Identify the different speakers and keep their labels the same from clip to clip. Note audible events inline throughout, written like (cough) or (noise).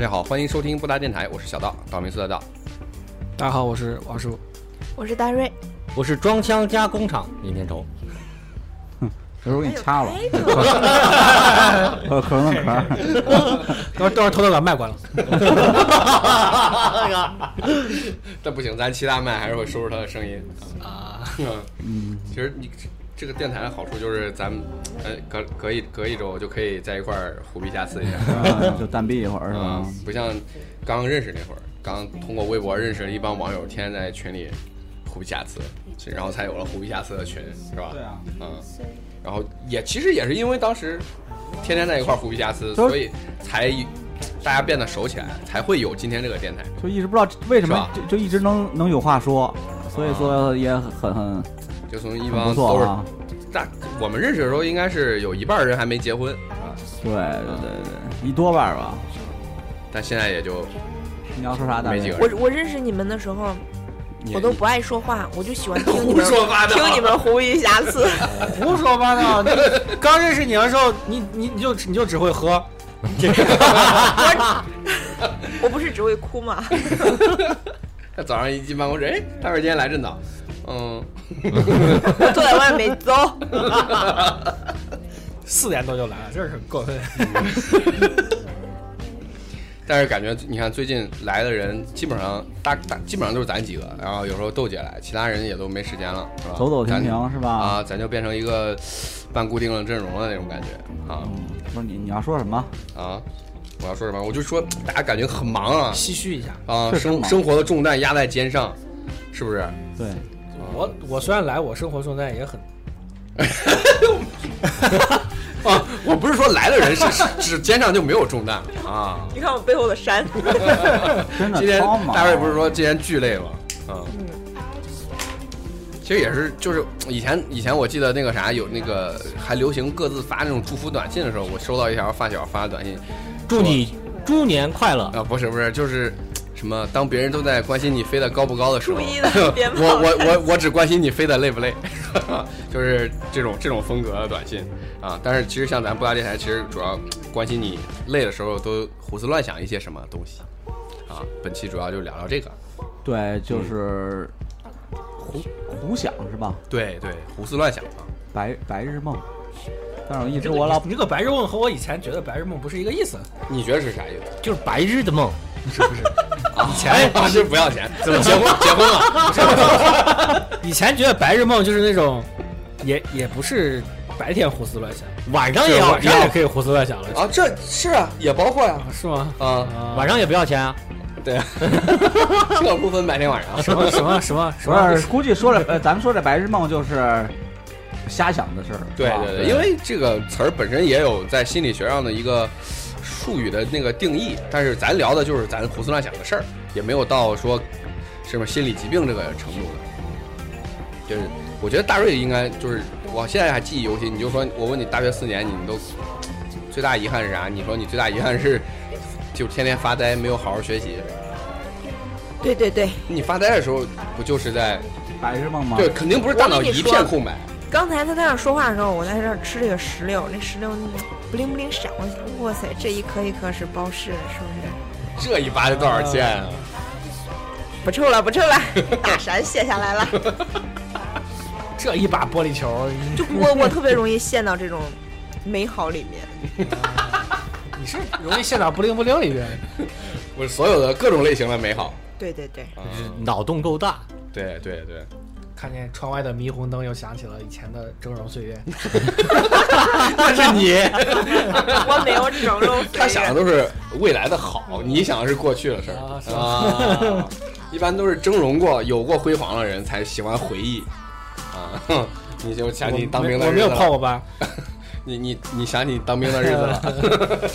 Speaker 1: 家好，欢迎收听布达电台，我是小道，道明寺的
Speaker 2: (laughs)
Speaker 1: 道。
Speaker 3: 大家好，我是王叔。
Speaker 4: 我是大瑞，
Speaker 5: 我是装腔加工厂李天仇，
Speaker 2: 回头我给
Speaker 4: 哎
Speaker 2: 你掐了，
Speaker 4: 了。
Speaker 2: 我可能壳儿。
Speaker 3: 等会儿等会儿偷偷把麦关了。
Speaker 1: 这不行，咱其他麦还是会收拾他的声音啊。 (laughs) 嗯，其实你这个电台的好处就是咱们呃隔隔一隔一周就可以在一块儿虎皮瑕疵一下。
Speaker 2: (laughs) 啊就淡闭一会儿是吧
Speaker 1: 嗯？，不像刚认识那会儿，刚通过微博认识了一帮网友，天天在群里虎皮瑕疵，然后才有了虎皮瑕疵的群，是吧？
Speaker 2: 啊，
Speaker 1: 嗯，然后也其实也是因为当时天天在一块儿虎皮瑕疵，
Speaker 2: 都
Speaker 1: 所以才大家变得熟起来，才会有今天这个电台。
Speaker 2: 就一直不知道为什
Speaker 1: 是
Speaker 2: 么
Speaker 1: 吧
Speaker 2: 就就一直能能有话说，所以说也很很
Speaker 1: 就从一
Speaker 2: 很不
Speaker 1: 帮
Speaker 2: 错
Speaker 1: 都是
Speaker 2: 啊。
Speaker 1: 大，我们认识的时候应该是有一半人还没结婚，
Speaker 2: 对对对对，一多半儿吧。
Speaker 1: 但现在也就 (laughs)
Speaker 2: 你要说啥？大
Speaker 1: 没
Speaker 2: 卫
Speaker 1: 几个人。
Speaker 4: 我我认识你们的时候，我都不爱说话，我就喜欢听你
Speaker 1: 胡
Speaker 4: 们
Speaker 1: 说八道，
Speaker 4: 听你们胡言瑕
Speaker 2: (laughs)
Speaker 4: 疵。
Speaker 3: 胡说八道！你 (laughs) 刚认识你的时候，你你你就你就只会喝，
Speaker 4: 我不是只会哭
Speaker 2: (laughs)
Speaker 4: 吗？
Speaker 1: 那早上一进办公室，哎，大瑞今天来真早。嗯，
Speaker 4: 我坐在外面走。
Speaker 3: 四点多就来了，这是
Speaker 5: (laughs)
Speaker 3: 过分。
Speaker 1: 但是感觉你看最近来的人，基本上大大基本上都是咱几个，然后有时候豆姐来，其他人也都没时间了，是吧？
Speaker 2: 走走停
Speaker 1: 咱
Speaker 2: 停是吧？
Speaker 1: 啊，咱就变成一个嘶半固定的阵容了那种感觉啊
Speaker 2: 嗯，不是你你要说什么？
Speaker 1: 啊！我要说什么？我就说大家感觉很忙啊
Speaker 3: 唏嘘一下，
Speaker 1: 啊，
Speaker 2: (laughs) 确实
Speaker 1: 生
Speaker 2: 忙
Speaker 1: 生活的重担压在肩上，是不是？ (laughs)
Speaker 2: 对，
Speaker 3: 我我虽然来，我生活重担也很
Speaker 1: 啊，我不是说来的人是 (laughs) 是指肩上就没有重担了啊。
Speaker 4: 你看我背后的山，
Speaker 2: 真的
Speaker 1: 今天
Speaker 2: 超忙。啊
Speaker 1: 大卫不是说今天巨累吗？嗯，其实也是，就是以前以前我记得那个啥有那个还流行各自发那种祝福短信的时候，我收到一条发小发的短信
Speaker 5: 祝你猪年快乐。
Speaker 1: 啊，不是不是，就是什么当别人都在关心你飞得高不高的时候，
Speaker 4: 注意了
Speaker 1: (laughs)
Speaker 4: 别冒
Speaker 1: 我我我我只关心你飞得累不累，就是这种这种风格的短信啊。但是其实像咱布达电台，其实主要关心你累的时候都胡思乱想一些什么东西啊。本期主要就聊聊这个。
Speaker 2: 对，就是胡胡想是吧？
Speaker 1: 对对，胡思乱想啊。
Speaker 2: 白白日梦。但是我一直我老
Speaker 3: 你这个白日梦和我以前觉得白日梦不是一个意思，
Speaker 1: 你觉得是啥意思？
Speaker 5: 就是白日的梦，
Speaker 3: 是不是？
Speaker 1: 以前啊是不要钱， (laughs) 怎么结婚结 (laughs) 婚了？啊
Speaker 3: 以前觉得白日梦就是那种，也也不是白天胡思乱想，
Speaker 5: 晚上
Speaker 3: 就
Speaker 5: 也
Speaker 3: 是
Speaker 5: 要
Speaker 3: 晚上也可以胡思乱想了，
Speaker 1: 啊，这是啊，也包括呀
Speaker 3: 啊是吗？
Speaker 1: 啊，
Speaker 3: 啊
Speaker 5: 晚上也不要钱啊。
Speaker 1: 对 (laughs) 啊，这不分白天晚上。
Speaker 3: 啊什么什么什么什
Speaker 2: 不
Speaker 5: (laughs)
Speaker 3: 么？
Speaker 2: 是，估计说了，呃，咱们说这白日梦就是瞎想的事儿。
Speaker 1: 对
Speaker 2: 是吧
Speaker 1: 对对，因为这个词儿本身也有在心理学上的一个术语的那个定义，但是咱聊的就是咱胡思乱想的事儿，也没有到说什么心理疾病这个程度的。就是我觉得大瑞应该就是我现在还记忆犹新，你就说我问你大学四年你都最大遗憾是啥？你说你最大遗憾是就天天发呆，没有好好学习。
Speaker 4: 对对对，
Speaker 1: 你发呆的时候不就是在
Speaker 2: 白日梦吗？
Speaker 1: 对，肯定不是大脑
Speaker 4: 我跟你
Speaker 1: 一
Speaker 4: 说
Speaker 1: 片空白。
Speaker 4: 刚才他在那儿说话的时候，我在这儿吃这个石榴，那石榴不灵不灵闪，我想，哇塞，这一颗一颗是包式的，是不
Speaker 1: 这一巴得多少钱啊？
Speaker 4: 是？不臭了，不臭
Speaker 2: (laughs)
Speaker 4: 了，大山卸下来了。
Speaker 3: 这一把玻璃球，
Speaker 4: 就我我特别容易陷到这种美好里面。
Speaker 3: 你是容易陷到不灵不灵里边。
Speaker 1: 我所有的各种类型的美好。
Speaker 4: 对对对，
Speaker 1: 啊
Speaker 5: 就是嗯脑洞够大，
Speaker 1: 对对对，
Speaker 3: 看见窗外的霓虹灯，又想起了以前的峥嵘岁月。
Speaker 1: 但是你
Speaker 4: (laughs) 我没有整容。
Speaker 1: (laughs) 他想的都是未来的好，你想的是过去的事
Speaker 3: 嗯啊是
Speaker 1: 儿啊。 (laughs) 一般都是峥嵘过、有过辉煌的人才喜欢回忆啊。 (laughs) 哼你就想起当兵
Speaker 3: 我
Speaker 1: 的
Speaker 3: 没
Speaker 1: 日
Speaker 3: 有
Speaker 1: 子
Speaker 3: 泡
Speaker 1: 了，
Speaker 3: 过吧？
Speaker 1: 你你你想起当兵的日子
Speaker 3: (laughs)
Speaker 1: 了，
Speaker 3: 呃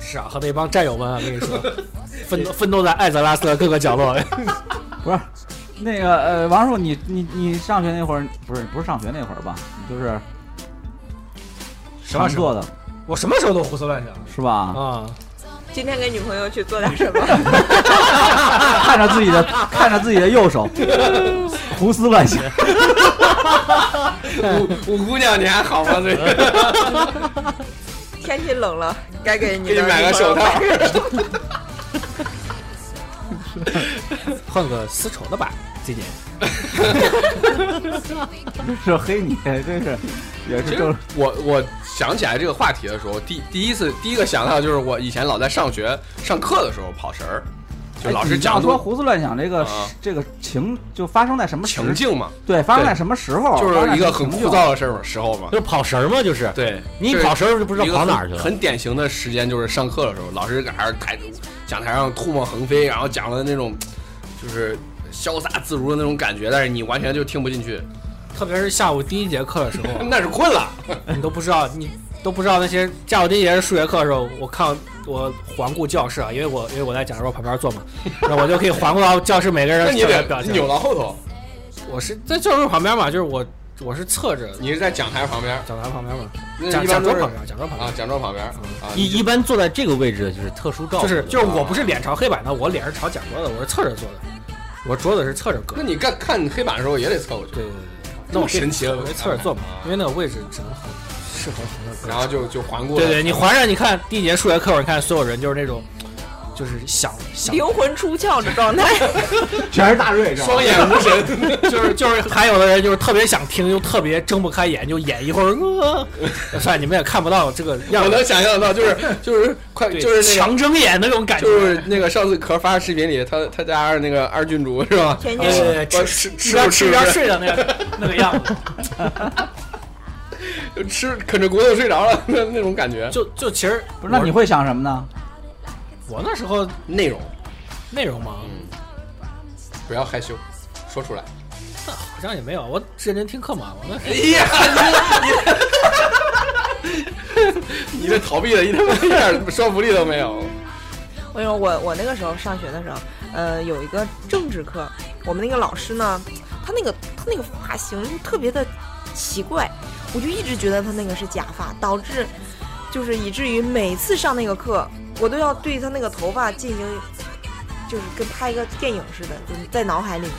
Speaker 3: 是啊，和那帮战友们啊，我跟你说，
Speaker 1: (laughs)
Speaker 3: 奋斗奋斗在艾泽拉斯的各个角落。
Speaker 2: 不是，那个呃，王叔，你你你上学那会儿不是不是上学那会儿吧？你就是
Speaker 3: 什么
Speaker 2: 常
Speaker 3: 时候？
Speaker 2: 做的
Speaker 3: 我什么时候都胡思乱想
Speaker 2: 是吧？
Speaker 3: 啊！
Speaker 4: 今天跟女朋友去做点什么？
Speaker 2: 看着自己的看着自己的右 (laughs) 手，胡思乱想。
Speaker 1: 五五姑娘你还好吗？这
Speaker 3: (laughs)
Speaker 1: 个
Speaker 4: 天气冷了，该给你
Speaker 1: 给你买个手套。
Speaker 3: 碰个丝绸的吧，今年。
Speaker 2: 是黑你，真是也
Speaker 1: 其
Speaker 2: 是
Speaker 1: 实
Speaker 2: 正
Speaker 1: (laughs) 我我想起来这个话题的时候，第第一次第一个想到就是我以前老在上学上课的时候跑神儿，就老
Speaker 2: 哎
Speaker 1: 师
Speaker 2: 你要
Speaker 1: 讲
Speaker 2: 说
Speaker 1: 说
Speaker 2: 胡思乱想这个
Speaker 1: 啊
Speaker 2: 时这个情就发生在什么时
Speaker 1: 情境嘛，
Speaker 2: 对，发生在什么时候？
Speaker 1: 就是一个很枯
Speaker 3: 啊
Speaker 1: 燥的事儿嘛，时候嘛
Speaker 5: 就。是跑神儿嘛，就是
Speaker 1: 对，
Speaker 5: 你一
Speaker 1: 这是
Speaker 5: 跑神儿就不知
Speaker 1: 一
Speaker 5: 道
Speaker 1: 个
Speaker 5: 跑
Speaker 1: 很
Speaker 5: 哪儿去了。
Speaker 1: 很典型的时间就是上课的时候，老师搁那儿台讲台上唾沫横飞，然后讲的那种就是潇洒自如的那种感觉，但是你完全就听不进去，
Speaker 3: 特别是下午第一节课的时候，
Speaker 1: (laughs)
Speaker 3: 啊
Speaker 1: 那是困了。
Speaker 3: 你都不知道，你都不知道那些下午第一节数学课的时候，我看我环顾教室啊，因为我因为我在讲桌旁边坐
Speaker 1: (laughs)
Speaker 3: 嘛，那我就可以环顾到教室每个人
Speaker 1: 那
Speaker 3: 的
Speaker 1: 你
Speaker 3: 表
Speaker 1: 得
Speaker 3: 表
Speaker 1: 扭
Speaker 3: 情。
Speaker 1: 到后头，
Speaker 3: 我是在教室旁边嘛，就是我我是侧着
Speaker 1: 你是在讲台旁边，
Speaker 3: 讲台旁边嘛，
Speaker 1: 那
Speaker 3: 讲
Speaker 1: 一
Speaker 3: 讲
Speaker 1: 般
Speaker 3: 桌
Speaker 1: 都是
Speaker 3: 旁边，讲桌旁边
Speaker 1: 啊，。讲桌旁边啊
Speaker 3: 嗯，
Speaker 1: 你
Speaker 5: 一一般坐在这个位置的就是特殊照
Speaker 3: 就
Speaker 5: 顾的，
Speaker 3: 是
Speaker 1: 啊
Speaker 3: 就是我不是脸朝黑板的，我脸是朝讲桌的，我是侧着坐的，我桌子是侧着搁
Speaker 1: 那
Speaker 3: 的。
Speaker 1: 你看看黑板的时候也得凑过去
Speaker 3: 对，对对对，
Speaker 1: 这
Speaker 3: 那
Speaker 1: 么
Speaker 3: 我
Speaker 1: 神奇的啊
Speaker 3: 我
Speaker 1: 文
Speaker 3: 就
Speaker 1: 字
Speaker 3: 侧着坐嘛，因为那个位置只能横，适合横着搁。
Speaker 1: 然后就就环顾了
Speaker 3: 对对，你环绕你看第一节数学课，你看所有人就是那种，就是想想，
Speaker 4: 灵魂出窍的状态。 (laughs)
Speaker 2: 全是大瑞，
Speaker 1: 双眼无神，
Speaker 3: (laughs) 就是就是还有的人就是特别想听，又特别睁不开眼，就演一会儿，呃，算了，你们也看不到这个
Speaker 1: 我
Speaker 3: 样
Speaker 1: 能
Speaker 3: 子，
Speaker 1: 想象到，就是就是快
Speaker 3: 对
Speaker 1: 就是那个。
Speaker 3: 强睁眼那种感
Speaker 1: (laughs)
Speaker 3: 觉，
Speaker 1: 就是那个上次壳发视频里，他他家那个二郡主是吧？
Speaker 4: 天天
Speaker 1: 呃
Speaker 3: 呃，吃
Speaker 1: 吃
Speaker 3: 一
Speaker 1: 吃
Speaker 3: 边
Speaker 1: 着
Speaker 3: 吃
Speaker 1: 吃
Speaker 3: 一边
Speaker 1: 着
Speaker 3: 睡的
Speaker 1: (laughs)
Speaker 3: 那个那个样子，
Speaker 1: 吃啃着骨头睡着了， (laughs) 那那种感觉。
Speaker 3: 就就其实
Speaker 2: 不是，那你会想什么呢？
Speaker 3: 我那时候
Speaker 1: 内容，
Speaker 3: 内容嘛，
Speaker 1: 嗯，不要害羞，说出来。
Speaker 3: 那好像也没有，我认真听课嘛，我那时
Speaker 1: 哎呀，你你你这逃避的一他妈一点说服力都没 (laughs) 有。
Speaker 4: 我跟你说，哎我我那个时候上学的时候，呃，有一个政治课，我们那个老师呢，他那个他那个发型就特别的奇怪，我就一直觉得他那个是假发，导致就是以至于每次上那个课，我都要对他那个头发进行，就是跟拍一个电影似的，就是在脑海里面。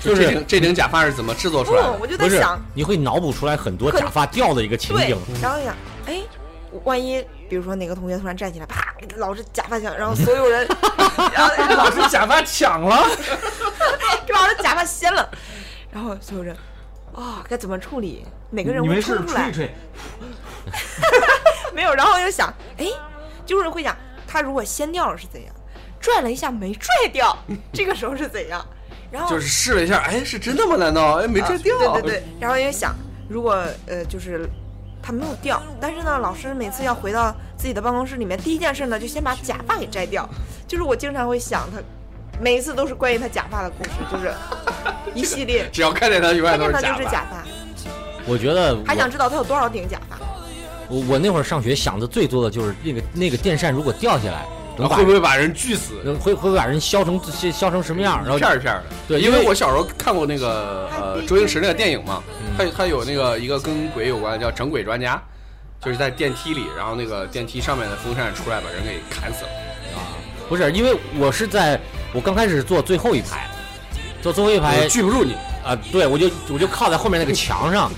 Speaker 1: 就
Speaker 5: 就是
Speaker 1: 这顶这顶假发是怎么制作出来
Speaker 4: 嗯，
Speaker 1: 的？
Speaker 4: 我就在
Speaker 5: 不是
Speaker 4: 想，
Speaker 5: 你会脑补出来很多
Speaker 4: 可
Speaker 5: 假发掉的一个情
Speaker 4: 对
Speaker 5: 景，，
Speaker 4: 然后想，哎，万一比如说哪个同学突然站起来，啪，给老师假发抢，然后所有
Speaker 2: (laughs)
Speaker 4: 人，然后
Speaker 1: 哎
Speaker 3: 候老师假发抢了，
Speaker 4: 就把我的假发掀了，然后所有人，啊、该怎么处理？哪个人
Speaker 2: 你
Speaker 4: 物
Speaker 2: 没
Speaker 4: 冲
Speaker 2: 事
Speaker 4: 出
Speaker 2: 吹
Speaker 4: 来
Speaker 2: 一？吹，
Speaker 4: 没有，然后又想，哎，就是会想，他如果掀掉了是怎样？拽了一下没拽掉，这个时候是怎样？然后
Speaker 1: 就是试了一下，哎，是真的吗？难道哎没
Speaker 4: 啊
Speaker 1: 这掉？
Speaker 4: 对对对，然后又想，如果呃就是它没有掉，但是呢，老师每次要回到自己的办公室里面，第一件事呢就先把假发给摘掉。就是我经常会想他，每一次都是关于他假发的故事，就是一系
Speaker 1: (laughs)
Speaker 4: 列，
Speaker 1: 只要看见他，永远
Speaker 4: 看
Speaker 1: 都是
Speaker 4: 见他
Speaker 1: 假
Speaker 4: 就是
Speaker 1: 发。
Speaker 4: 假发，
Speaker 5: 我觉得我
Speaker 4: 还想知道他有多少顶假发。
Speaker 5: 我我那会儿上学想的最多的就是那个那个电扇如果掉下来，能
Speaker 1: 然后
Speaker 5: 把
Speaker 1: 啊会不会把人锯死？
Speaker 5: 能会会把人削成削削成什么样？然后
Speaker 1: 一片儿一片儿的。
Speaker 5: 对
Speaker 1: 因
Speaker 5: 因
Speaker 1: 为
Speaker 5: 为
Speaker 1: 我小时候看过那个呃周星驰那个电影嘛，
Speaker 5: 嗯
Speaker 1: 他他有那个一个跟鬼有关的叫整鬼专家，就是在电梯里，然后那个电梯上面的风扇出来把人给砍死了。
Speaker 5: 不是，因为我是在我刚开始坐最后一排，坐最后一排
Speaker 1: 我
Speaker 5: 不住你啊、对我就我就靠在后面那个墙上，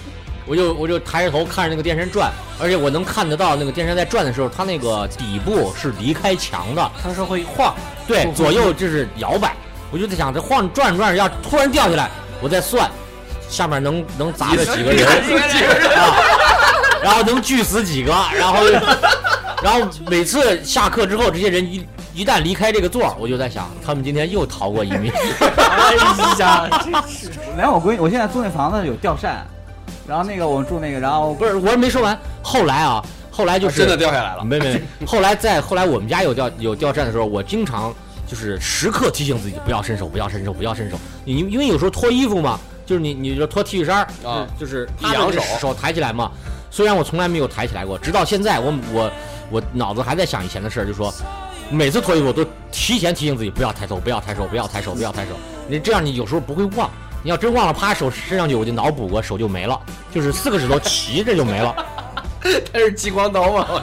Speaker 5: 我就我就抬着头看着那个电扇转，而且我能看得到那个电扇在转的时候，它那个底部是离开墙的，
Speaker 3: 他说会晃，
Speaker 5: 对，左右就是摇摆，我就在想这晃转着转着要突然掉下来，我再算下面能能砸着几个人
Speaker 1: 砍死 (laughs) 几个人？
Speaker 5: 啊，然后能锯死几个，然后然后每次下课之后，这些人一一旦离开这个座儿，我就在想，他们今天又逃过一命。 (laughs)
Speaker 3: 哎呀，真是
Speaker 2: 连我闺女，我现在租那房子有吊扇，然后那个我住那个，然后
Speaker 5: 不是，我还没说完。后来啊，后来就是、
Speaker 1: (laughs) 真的掉下来了。
Speaker 5: 没没没。后来在后来我们家有吊有吊扇的时候，我经常就是时刻提醒自己不要伸手，不要伸手，不要伸手。你因为有时候脱衣服嘛，就是你你就脱 T 恤衫儿
Speaker 1: (laughs) 啊
Speaker 5: 就是
Speaker 1: 一
Speaker 5: 趴着
Speaker 1: 扬
Speaker 5: 这
Speaker 1: 手
Speaker 5: 手抬起来嘛。虽然我从来没有抬起来过，直到现在我我我脑子还在想以前的事儿，就说每次脱衣服我都提前提醒自己不要抬头，不要抬手，不要抬手，不要抬手。你这样你有时候不会忘。你要真忘了，啪手伸上去，我就脑补过，手就没了，就是四个指头齐着就没
Speaker 4: (laughs)
Speaker 5: 了。
Speaker 1: 他是激光刀 (laughs) 吗？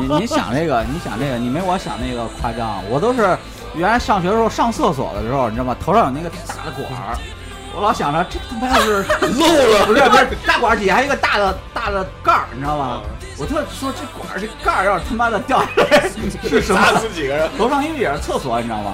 Speaker 2: 你你想这个，你想这个，你没我想那个夸张。我都是原来上学的时候上厕所的时候，你知道吗？头上有那个大的管儿，我老想着这他妈要是 (laughs) 漏了，不是不是，大管儿底下还有一个大的大的盖儿，你知道吗？我特说这管 (laughs) 儿这盖儿要是他妈的掉下来是什么
Speaker 1: 砸？死几个人？
Speaker 2: 楼上因为也是厕所，你知道吗？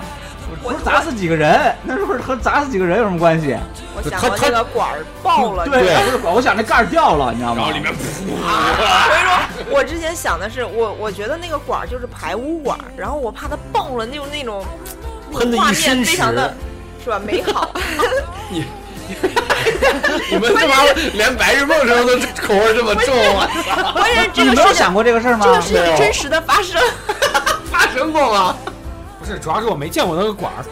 Speaker 2: 不是砸死几个人，那是不是和砸死几个人有什么关系？
Speaker 4: 我想
Speaker 5: 他
Speaker 4: 过
Speaker 5: 他
Speaker 4: 那个管儿爆了，
Speaker 2: 对，不是管，我想那盖儿掉了，你知道
Speaker 1: 然
Speaker 2: 吗
Speaker 1: 后？里面噗，
Speaker 4: 所以说，我之前想的是，我我觉得那个管儿就是排污管儿，然后我怕它爆了，就是那种
Speaker 5: 喷得
Speaker 4: 画
Speaker 5: 一身
Speaker 4: 面非常的
Speaker 5: 屎，
Speaker 4: 是吧？美好。
Speaker 1: (laughs)
Speaker 4: (laughs)
Speaker 1: 你们他妈连白日梦时候都口味这么重啊？
Speaker 4: 关键是这
Speaker 2: 你
Speaker 4: 个
Speaker 2: 没
Speaker 4: 事
Speaker 2: 有
Speaker 4: 情，
Speaker 2: 想过这个事儿吗
Speaker 4: 这？个事
Speaker 1: 没有
Speaker 4: 情真实的发生，
Speaker 1: (laughs)
Speaker 4: (laughs)
Speaker 1: 发什么梦啊？
Speaker 3: 不是，主要是我没见过那个管儿，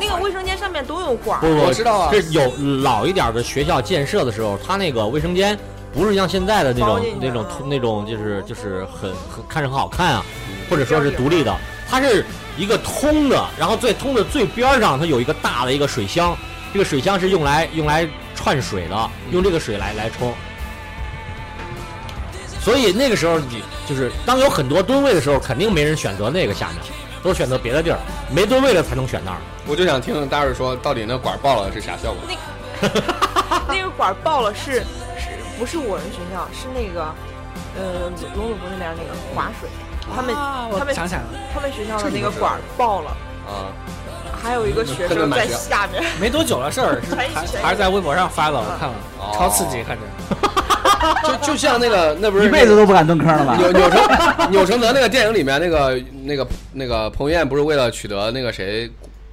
Speaker 4: 那个卫生间上面都有管儿，
Speaker 5: 不不，
Speaker 1: (laughs) 我知道啊
Speaker 5: 是有老一点的学校建设的时候，它那个卫生间不是像现在的那
Speaker 4: 包
Speaker 5: 种
Speaker 4: 进去
Speaker 5: 那种
Speaker 4: 啊
Speaker 5: 那种就是就是很很看着很好看啊，或者说是独立的，它是一个通的，然后最通的最边儿上它有一个大的一个水箱，这个水箱是用来用来串水的，用这个水来来冲。所以那个时候你就是当有很多吨位的时候，肯定没人选择那个下面，都选择别的地儿，没吨位了才能选那儿。
Speaker 1: 我就想听听大瑞说，到底那管儿爆了是啥效果？
Speaker 4: 那个管儿爆了是是不是我们学校？是那个呃罗永博那边那个划水，他们
Speaker 3: 啊
Speaker 4: 他
Speaker 3: 我
Speaker 4: 们
Speaker 3: 想起来了，
Speaker 4: 他们学校的
Speaker 1: 这
Speaker 4: 那
Speaker 1: 你
Speaker 4: 个
Speaker 1: 们是
Speaker 4: 管儿爆了，
Speaker 1: 啊，
Speaker 4: 还有一个学
Speaker 1: 喷得
Speaker 4: 生
Speaker 1: 满
Speaker 4: 在
Speaker 1: 学校
Speaker 4: 下
Speaker 3: (laughs)
Speaker 4: 面。
Speaker 3: 没多久的事
Speaker 4: (laughs)
Speaker 3: 儿，是
Speaker 4: 全
Speaker 3: 还
Speaker 4: 全
Speaker 3: 还是在微博上发
Speaker 4: 啊
Speaker 3: 的，我看了，
Speaker 1: 哦
Speaker 3: 超刺激，看着。
Speaker 1: 就就像那个那不是
Speaker 2: 一辈子都不敢蹲坑了吧？
Speaker 5: 啊
Speaker 1: 钮钮承钮承泽那个电影里面那个那个那个彭于晏不是为了取得那个谁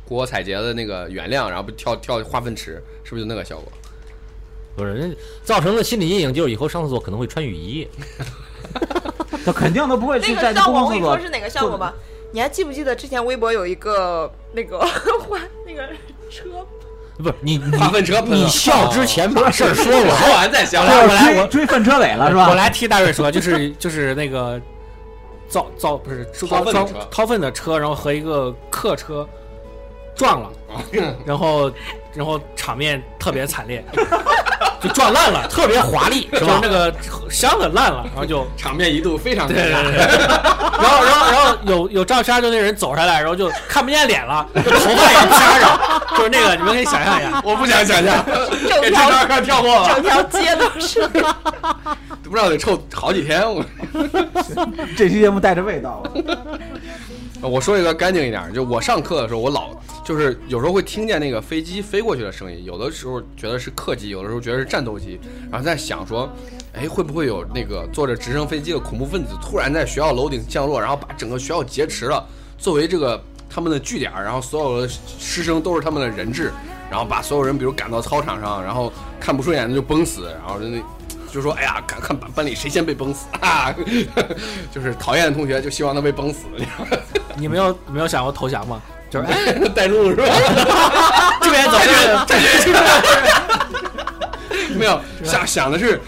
Speaker 1: 郭采洁的那个原谅，然后不跳跳化粪池，是不是就那个效果？
Speaker 5: 不是，人造成的心理阴影就是以后上厕所可能会穿雨衣。
Speaker 2: 他肯定都不会
Speaker 4: 那
Speaker 2: 去
Speaker 4: 个
Speaker 2: 在
Speaker 4: 效
Speaker 2: 公
Speaker 4: 果，我跟
Speaker 2: 共厕
Speaker 4: 你
Speaker 2: 所
Speaker 4: 说是哪个效果吧？你还记不记得之前微博有一个那个 (laughs) 花那个车？
Speaker 5: 不是
Speaker 3: (laughs)
Speaker 5: 你
Speaker 1: 化
Speaker 5: 你
Speaker 1: 粪车喷了
Speaker 5: 你笑之前把事儿说
Speaker 1: 说
Speaker 5: 完，
Speaker 1: 完再笑
Speaker 2: 就。
Speaker 5: 来我
Speaker 2: 是
Speaker 5: 来
Speaker 2: 追
Speaker 5: 我
Speaker 2: 追粪车尾了是吧？
Speaker 3: 我来替大瑞说，就是就是那个造造不是
Speaker 1: 掏粪
Speaker 3: 装
Speaker 1: 的
Speaker 3: 装
Speaker 1: 车
Speaker 3: 掏粪的车，然后和一个客车撞了，
Speaker 1: 哦
Speaker 3: 然后然后场面特别惨烈， (laughs) 就撞烂了，
Speaker 5: 特别华丽
Speaker 3: 就是是
Speaker 5: 吧
Speaker 3: 那？个箱子烂了，然后就。
Speaker 1: 场面一度非常尴
Speaker 3: 对对
Speaker 1: 尬，
Speaker 3: 对，然后然后然后有有照片，就那人走下来，然后就看不见脸了，就头发也扎着， (laughs) 就是那个，你们可以想象一下，
Speaker 1: 我不想想象， (laughs) 给这段儿跳过吧
Speaker 4: 整，条街都是。
Speaker 1: 不知道得臭好几天。我
Speaker 2: 这期节目带着味道了，
Speaker 1: 我说一个干净一点儿，就我上课的时候，我老就是有时候会听见那个飞机飞过去的声音，有的时候觉得是客机，有的时候觉得是战斗机，然后在想说，哎，会不会有那个坐着直升飞机的恐怖分子突然在学校楼顶降落，然后把整个学校劫持了，作为这个他们的据点儿，然后所有的师生都是他们的人质，然后把所有人比如赶到操场上，然后看不顺眼的就崩死，然后就那。就说哎呀，看看班班里谁先被崩死啊！ (laughs) 就是讨厌的同学就希望他被崩死， (laughs) 你知道吗？
Speaker 3: 你没有你没有想过投降吗？就是哎，
Speaker 1: (laughs) 带路是吧？
Speaker 3: 这边走，这边走
Speaker 1: 没有 (laughs) 想想的是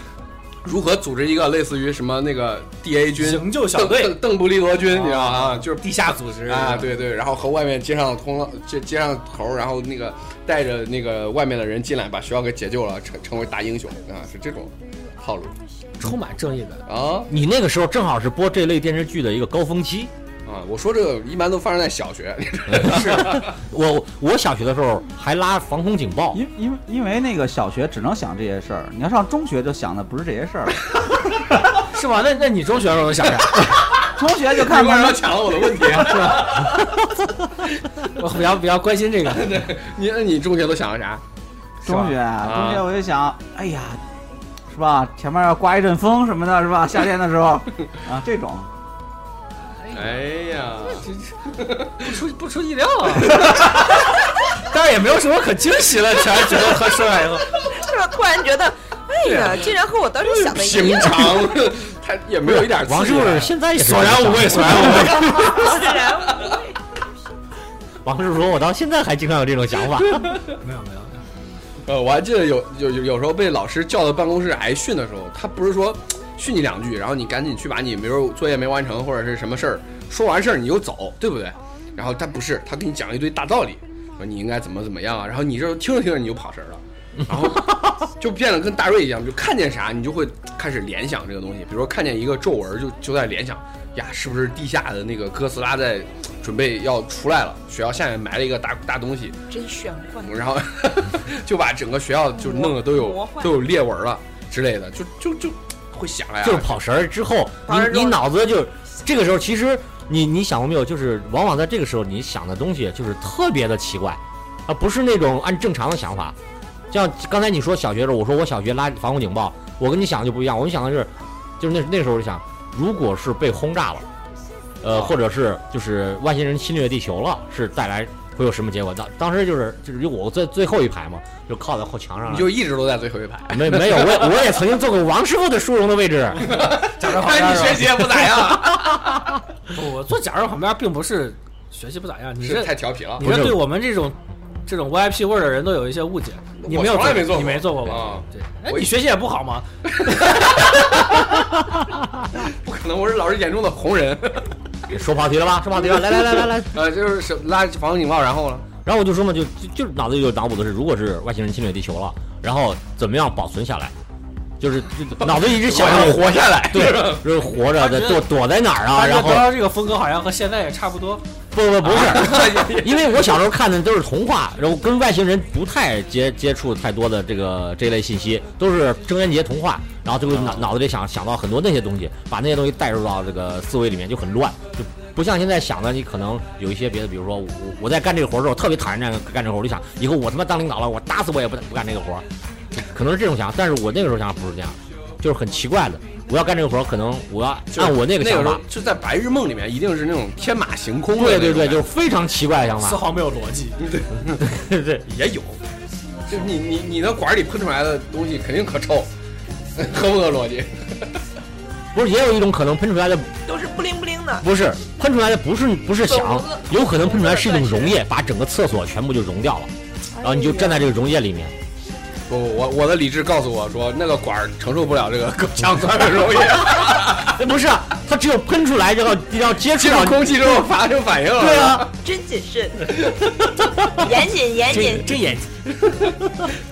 Speaker 1: 如何组织一个类似于什么那个 DA 军
Speaker 3: 营救小队
Speaker 1: 邓邓邓布利多军，你知道啊，就是
Speaker 3: 地下组织
Speaker 1: 啊，，对对，然后和外面街上通了街街上头，然后那个带着那个外面的人进来，把学校给解救了，成成为大英雄啊，是这种套路
Speaker 3: 充满正义感。
Speaker 1: 啊
Speaker 5: 你那个时候正好是播这类电视剧的一个高峰期。
Speaker 1: 啊！我说这个一般都发生在小学，
Speaker 5: 我我小学的时候还拉防空警报，
Speaker 2: 因因为因为那个小学只能想这些事儿，你要上中学就想的不是这些
Speaker 4: (laughs)
Speaker 2: 事儿了，
Speaker 3: 是吗？那那你中学的时候能想啥？ (laughs)
Speaker 2: 中学就看
Speaker 1: 有
Speaker 2: 他
Speaker 1: 人要
Speaker 2: 们
Speaker 1: 抢了我的问题，
Speaker 3: 我比较比较关心这个。
Speaker 1: 你那你中学都想了啥？
Speaker 2: 中学啊
Speaker 1: 吧
Speaker 2: 中学我就想，哎呀，是吧？前面要刮一阵风什么的，是吧？夏天的时候啊，这种
Speaker 1: 哎呀，
Speaker 3: 不出不出意料啊，但是也没有什么可惊喜了，全觉得他说完以后，
Speaker 4: 是吧？突然觉得，哎呀，
Speaker 5: 啊
Speaker 4: 竟然和我当时想的一
Speaker 1: (laughs) 平
Speaker 4: 样，
Speaker 1: 常他也没有一点
Speaker 5: 王
Speaker 1: 刺激
Speaker 5: 师傅
Speaker 1: 感
Speaker 5: 现在也是
Speaker 3: 索然无味，索然无味。
Speaker 5: 哎
Speaker 4: 自 (laughs) 然
Speaker 5: (laughs) 王师傅说，我到现在还经常有这种想法。
Speaker 3: (laughs) 没有没有，
Speaker 1: 呃，我还记得有有有有时候被老师叫到办公室挨训的时候，他不是说训你两句，然后你赶紧去把你比如作业没完成或者是什么事儿说完事儿你就走，对不对？然后他不是，他给你讲一堆大道理，说你应该怎么怎么样啊，然后你这听着听着你就跑神儿了。然后就变得跟大瑞一样，就看见啥你就会开始联想这个东西，比如说看见一个皱纹就就在联想，呀，是不是地下的那个哥斯拉在准备要出来了？学校下面埋了一个大大东西，
Speaker 4: 真玄幻。
Speaker 1: 然后 (laughs) 就把整个学校就弄得都
Speaker 4: 魔
Speaker 1: 有
Speaker 4: 幻
Speaker 1: 都有裂纹了之类的，就就就会想哎呀，
Speaker 5: 就是跑神儿之后，
Speaker 4: 跑神儿之
Speaker 5: 你
Speaker 4: 后
Speaker 5: 你脑子就这个时候，其实你你想过没有？就是往往在这个时候，你想的东西就是特别的奇怪，啊，不是那种按正常的想法。像刚才你说小学的时候，我说我小学拉防空警报，我跟你想的就不一样。我们想的是，就是那那时候我就想，如果是被轰炸了，呃，或者是就是外星人侵略地球了，是带来会有什么结果？当当时就是就是因为我在最后一排嘛，就靠在后墙上
Speaker 1: 你
Speaker 5: 了。
Speaker 1: 就一直都在最后一排。
Speaker 5: 没没有，我也我也曾经坐过王师傅的殊荣的位置。
Speaker 1: (laughs)
Speaker 3: 假装旁
Speaker 1: 看哎
Speaker 3: 边
Speaker 1: 你学习也不咋样，
Speaker 3: 不我坐假装旁边并不是学习不咋样，你
Speaker 1: 是
Speaker 3: 这
Speaker 1: 太调皮了
Speaker 3: 你
Speaker 5: 不
Speaker 3: 这
Speaker 5: 是
Speaker 3: 对我们这种这种 VIP 味儿的人都有一些误解。你没有
Speaker 1: 我从来没坐过
Speaker 3: 你没做过吧
Speaker 1: 啊？
Speaker 3: 对，哎，
Speaker 1: 我
Speaker 3: 你学习也不好吗？
Speaker 1: 不可能！我是老师眼中的红人。
Speaker 5: 说跑题了吧？说跑题了，来来来来来。
Speaker 1: 呃，就是什拉防空警报，然后呢？
Speaker 5: 然后我就说嘛，就就就脑子里就脑补的是，如果是外星人侵略地球了，然后怎么样保存下来，就是就脑子一直想着
Speaker 1: 活下来。
Speaker 5: 对，就是活
Speaker 1: (laughs)
Speaker 5: 着的躲躲在哪儿啊？
Speaker 3: 但
Speaker 5: 然
Speaker 3: 是
Speaker 5: 后
Speaker 3: 他这个风格好像和现在也差不多。
Speaker 5: 不不不
Speaker 1: 啊
Speaker 5: 是， (laughs) 因为我小时候看的都是童话，然后跟外星人不太接接触太多的这个这类信息，都是郑渊洁童话，然后就会
Speaker 1: 啊
Speaker 5: 脑脑子里想想到很多那些东西，把那些东西带入到这个思维里面就很乱，就不像现在想的，你可能有一些别的，比如说我我在干这个活儿的时候特别讨厌干干这个活儿，我就想以后我他妈当领导了，我打死我也不不干这个活儿，可能是这种想法，但是我那个时候想法不是这样，就是很奇怪的，我要干这个活儿，可能我要按啊我那个
Speaker 1: 那
Speaker 5: 想
Speaker 1: 时
Speaker 5: 法
Speaker 1: 候。就在白日梦里面，一定是那种天马行空的那
Speaker 5: 对
Speaker 1: 种感觉。
Speaker 5: 对对，就是非常奇怪的想法
Speaker 3: 丝，毫没有逻辑。
Speaker 5: 对 (laughs) 对。
Speaker 1: (laughs) 也有，就是你你你那管里喷出来的东西肯定可臭， (laughs) 合不合逻辑？
Speaker 5: 不是，也有一种可能喷出来的
Speaker 4: 都是不灵不灵的。
Speaker 5: 不是喷出来的不是不是响
Speaker 4: 种子，
Speaker 5: 有可能喷出来是一种溶液，把整个厕所全部就溶掉了，
Speaker 4: 哎
Speaker 5: 然后你就站在这个溶液里面。
Speaker 1: 不，我我的理智告诉我说，那个管儿承受不了这个铬强酸的
Speaker 5: (laughs)
Speaker 1: 溶液，
Speaker 5: 哎不是啊，它只有喷出来，然后要接触
Speaker 1: 进
Speaker 5: 到
Speaker 1: 入空气之后发生反应了。
Speaker 5: 对，啊，
Speaker 4: 真谨
Speaker 2: (laughs)
Speaker 4: 慎，严谨严谨。
Speaker 5: 这也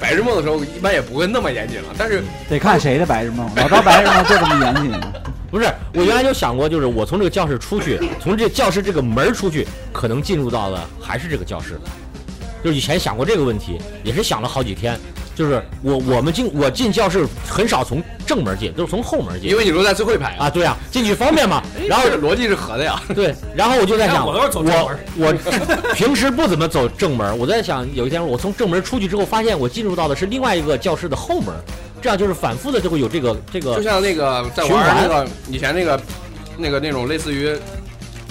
Speaker 1: 白日梦的时候一般也不会那么严谨了，但
Speaker 5: 嗯
Speaker 1: 是
Speaker 2: 得看谁的白日梦，老招白日梦就这么严谨的。
Speaker 5: 不是。我原来就想过，就是我从这个教室出去，从这教室这个门儿出去，可能进入到了还是这个教室。就以前想过这个问题，也是想了好几天。就是我我们进我进教室很少从正门进，都是从后门进
Speaker 1: 因。为你都在最后一排
Speaker 5: 啊，，对啊，进去方便嘛。然
Speaker 1: 然
Speaker 5: 后
Speaker 1: 后逻辑是合的呀。
Speaker 5: (laughs) 对，然后我就在
Speaker 3: 哎
Speaker 5: 想，
Speaker 3: 我都是走正门儿
Speaker 5: 我
Speaker 3: (laughs)
Speaker 5: 我平时不怎么走正门儿，我在想有一天我从正门儿出去之后，发现我进入到的是另外一个教室的后门儿，这样就是反复的就会有这个这
Speaker 1: 就
Speaker 5: 个
Speaker 1: 像那个在
Speaker 5: 嗯循
Speaker 1: 玩
Speaker 5: 环
Speaker 1: 那个以前那个那个那种类似于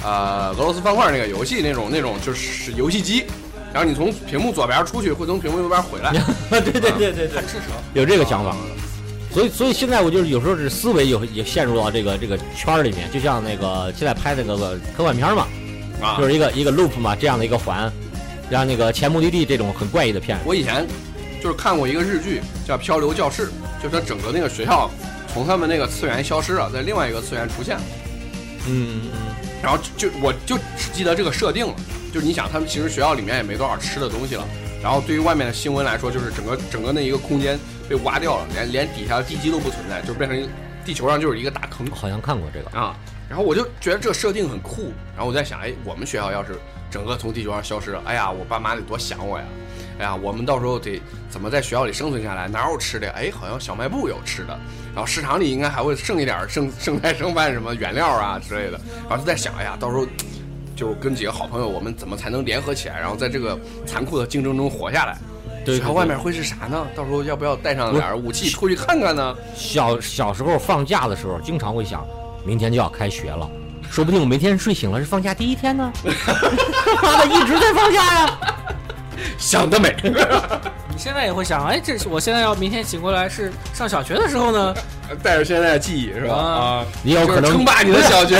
Speaker 1: 呃俄罗斯方块那个游戏那种那种就是游戏机，然后你从屏幕左边出去，会从屏幕右边回来。
Speaker 5: (laughs) 对对对对对，有这个想法。所以所以现在我就是有时候是思维有也陷入到这个这个圈儿里面，就像那个现在拍那个科幻片儿嘛，
Speaker 1: 啊
Speaker 5: 就，是一个一个 loop 嘛，这样的一个环，让那个前目的地这种很怪异的片，
Speaker 1: 我以前就是看过一个日剧叫《漂流教室》，就是它整个那个学校从他们那个次元消失了，在另外一个次元出现了，
Speaker 5: 嗯嗯
Speaker 1: 然后就我就只记得这个设定了。就是你想，他们其实学校里面也没多少吃的东西了，然后对于外面的新闻来说，就是整个整个那一个空间被挖掉了，连连底下的地基都不存在，就变成一个地球上就是一个大坑
Speaker 5: 嗯，好像看过这个。
Speaker 1: 啊。然后我就觉得这个设定很酷，然后我在想，哎，我们学校要是整个从地球上消失了，哎呀，我爸妈得多想我呀，哎呀，我们到时候得怎么在学校里生存下来？哪有吃的呀？哎，好像小卖部有吃的，然后市场里应该还会剩一点儿剩 (laughs) 剩菜剩饭什么原料啊之类的。然后就在想，哎呀，到时候就跟几个好朋友，我们怎么才能联合起来，然后在这个残酷的竞争中活下来？
Speaker 5: 对对
Speaker 1: 然后
Speaker 5: 对
Speaker 1: 外面会是啥呢？到时候要不要带上点儿武器出去看看呢？
Speaker 5: 小小时候放假的时候，经常会想，明天就要开学了，说不定我明天睡醒了是放假第一天呢。 (laughs) 妈的，一直在放假呀、
Speaker 1: 想得美！ (laughs)
Speaker 3: 你现在也会想，哎，这是我现在要明天醒过来是上小学的时候呢？
Speaker 1: 带着现在的记忆是吧？
Speaker 3: 啊
Speaker 1: 啊，
Speaker 5: 也有
Speaker 1: 就
Speaker 5: 可
Speaker 1: 是
Speaker 5: 能
Speaker 1: 称，霸你的小学，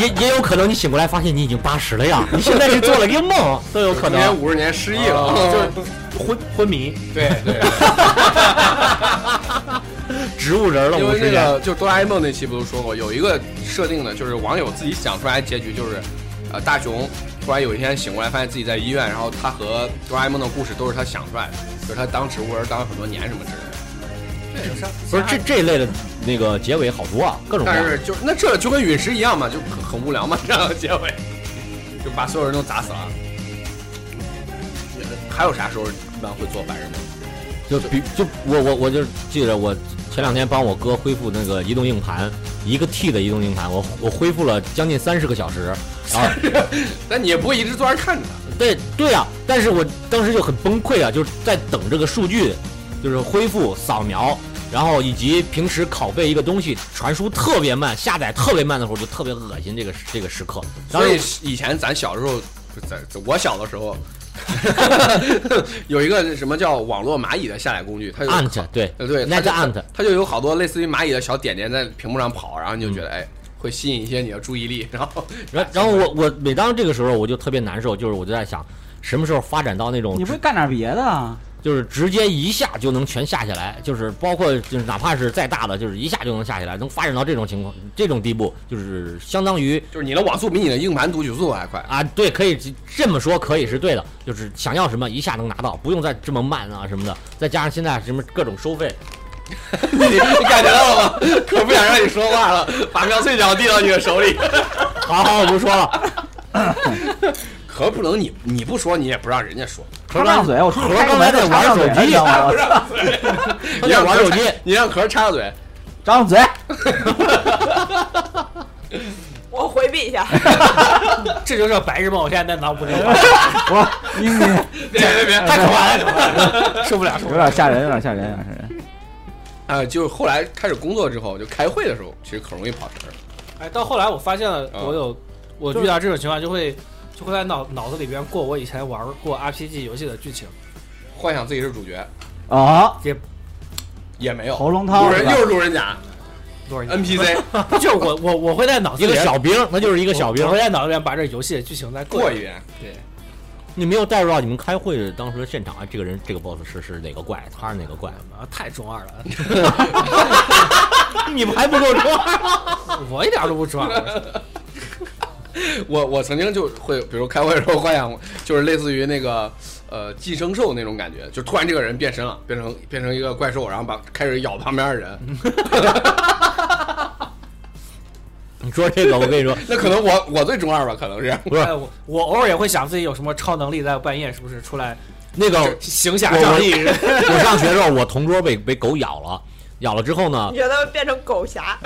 Speaker 5: 也也有可能你醒过来发现你已经八十了呀，你现在是做了
Speaker 1: (laughs)
Speaker 5: 一个梦，都有 (laughs) 可
Speaker 1: 今年
Speaker 5: 能。
Speaker 1: 五十年失忆了，
Speaker 3: 昏昏迷，
Speaker 1: 哦对 (laughs) 对，
Speaker 5: 植物人了，
Speaker 1: 因
Speaker 5: 我
Speaker 1: 为
Speaker 5: 是
Speaker 1: 那
Speaker 5: 人。
Speaker 1: 个就是哆啦 A 梦那期不都说过，有一个设定呢，就是网友自己想出来的结局就是，呃，大雄突然有一天醒过来，发现自己在医院，然后他和哆啦 A 梦的故事都是他想出来的，就是他当植物人当了很多年什么之类的。
Speaker 5: 不是这这一类的那个结尾好多啊，各种各
Speaker 1: 但
Speaker 5: 样。
Speaker 1: 是就那这就跟陨石一样嘛，就很很无聊嘛， (laughs) 这样的结尾，就把所有人都砸死了。还有啥时候一般会做白日梦？
Speaker 5: 就比就我我我就记着我前两天帮我哥恢复那个移动硬盘，一个 T 的移动硬盘，我我恢复了将近三十个小时，然后
Speaker 1: 但你也不会一直坐那儿看着它。
Speaker 5: 对对啊，但是我当时就很崩溃啊，就是在等这个数据，就是恢复扫描，然后以及平时拷贝一个东西传输特别慢，下载特别慢的时候，就特别恶心这个这个时刻。当
Speaker 1: 所以
Speaker 5: 时
Speaker 1: 以前咱小时候，不是在我小的时候， (laughs) 有一个什么叫网络蚂蚁的下载工具，它有
Speaker 5: ant 对
Speaker 1: 呃对，
Speaker 5: 那
Speaker 1: 它就
Speaker 5: 叫 ant
Speaker 1: 它就有好多类似于蚂蚁的小点点在屏幕上跑，然后你就觉得哎，会吸引一些你的注意力， (laughs) 然后
Speaker 5: 然后然后我我每当这个时候我就特别难受，就是我就在想，什么时候发展到那种
Speaker 2: 你不会干点别的啊？
Speaker 5: 就是直接一下就能全下下来，就是包括就是哪怕是再大的，就是一下就能下下来，能发展到这种情况这种地步，就是相当于
Speaker 1: 就是你的网速比你的硬盘读取速还快。
Speaker 5: 啊，对，可以这么说，可以是对的，就是想要什么一下能拿到，不用再这么慢啊什么的，再加上现在什么各种收费，
Speaker 1: (laughs) 你你感觉到了吗？ (laughs) 可不想让你说话了，把喵碎脚递到你的手里。 (laughs)
Speaker 5: 好好我不说了，
Speaker 1: 可不能你你不说，你也不让人家说。
Speaker 2: 插上嘴，我出去
Speaker 5: 盒
Speaker 2: 开个
Speaker 5: 刚才
Speaker 2: 门
Speaker 5: 在
Speaker 2: 就插
Speaker 5: 玩
Speaker 2: 上
Speaker 5: 手
Speaker 2: 嘴了，你
Speaker 5: 机
Speaker 2: 知道吗？我
Speaker 5: 他在玩手机，
Speaker 1: 你让壳插嘴，
Speaker 2: 张上嘴，
Speaker 4: 我回避一
Speaker 2: (laughs)
Speaker 4: 下，
Speaker 3: 这就叫白日梦，我现在在脑补这个，
Speaker 2: 我你你
Speaker 1: 别别 (laughs) 别，
Speaker 3: 太可怕了太可怕了，受不了，受不
Speaker 2: 有
Speaker 3: 了。
Speaker 2: 点吓人，有点吓人，有点吓人。
Speaker 1: 啊，就是后来开始工作之后，就开会的时候，其实可容易跑题儿。
Speaker 3: 哎，到后来我发现了，
Speaker 1: 啊
Speaker 3: 我有我遇到这种情况就会就会在脑脑子里边过我以前玩过 RPG 游戏的剧情，
Speaker 1: 幻想自己是主角
Speaker 2: 啊，
Speaker 1: 也没有，
Speaker 2: 喉咙
Speaker 1: 路
Speaker 2: 汤是
Speaker 1: 人
Speaker 2: 吧
Speaker 1: 又是路人甲
Speaker 3: 多少年 (laughs)
Speaker 1: NPC
Speaker 3: 就是我我我会在脑子
Speaker 5: 嗯一
Speaker 3: 里
Speaker 5: 个
Speaker 3: 边
Speaker 5: 小兵，那就是一
Speaker 3: 一
Speaker 5: 个小兵
Speaker 3: 我，会在脑子里边把这游戏的剧情再
Speaker 1: 过
Speaker 3: 一
Speaker 1: 一遍，
Speaker 3: 遍。
Speaker 5: 你没有带入到你们开会当时的现场啊，这个人这个 boss 是是哪个怪，他是哪个怪，
Speaker 3: 对，啊，太中二了， (laughs)
Speaker 5: 你们还不够装，
Speaker 3: 我一点都不中二。
Speaker 5: (laughs)
Speaker 1: 我我曾经就会，比如开会的时候幻想，就是类似于那个呃寄生兽那种感觉，就突然这个人变身了，变成变成一个怪兽，然后把开始咬旁边的人。
Speaker 3: (laughs)
Speaker 5: 你说这个我跟你说，
Speaker 1: 那可能我我最中二吧，可能是。
Speaker 5: 不是
Speaker 3: 哎我我偶尔也会想自己有什么超能力，在半夜是不是出来
Speaker 5: 那个
Speaker 3: 行侠
Speaker 5: 我
Speaker 3: 仗
Speaker 5: (laughs)
Speaker 3: 义？
Speaker 5: 我上学的时候，我同桌被被狗咬了，咬了之后呢
Speaker 4: 你，觉得变成狗侠？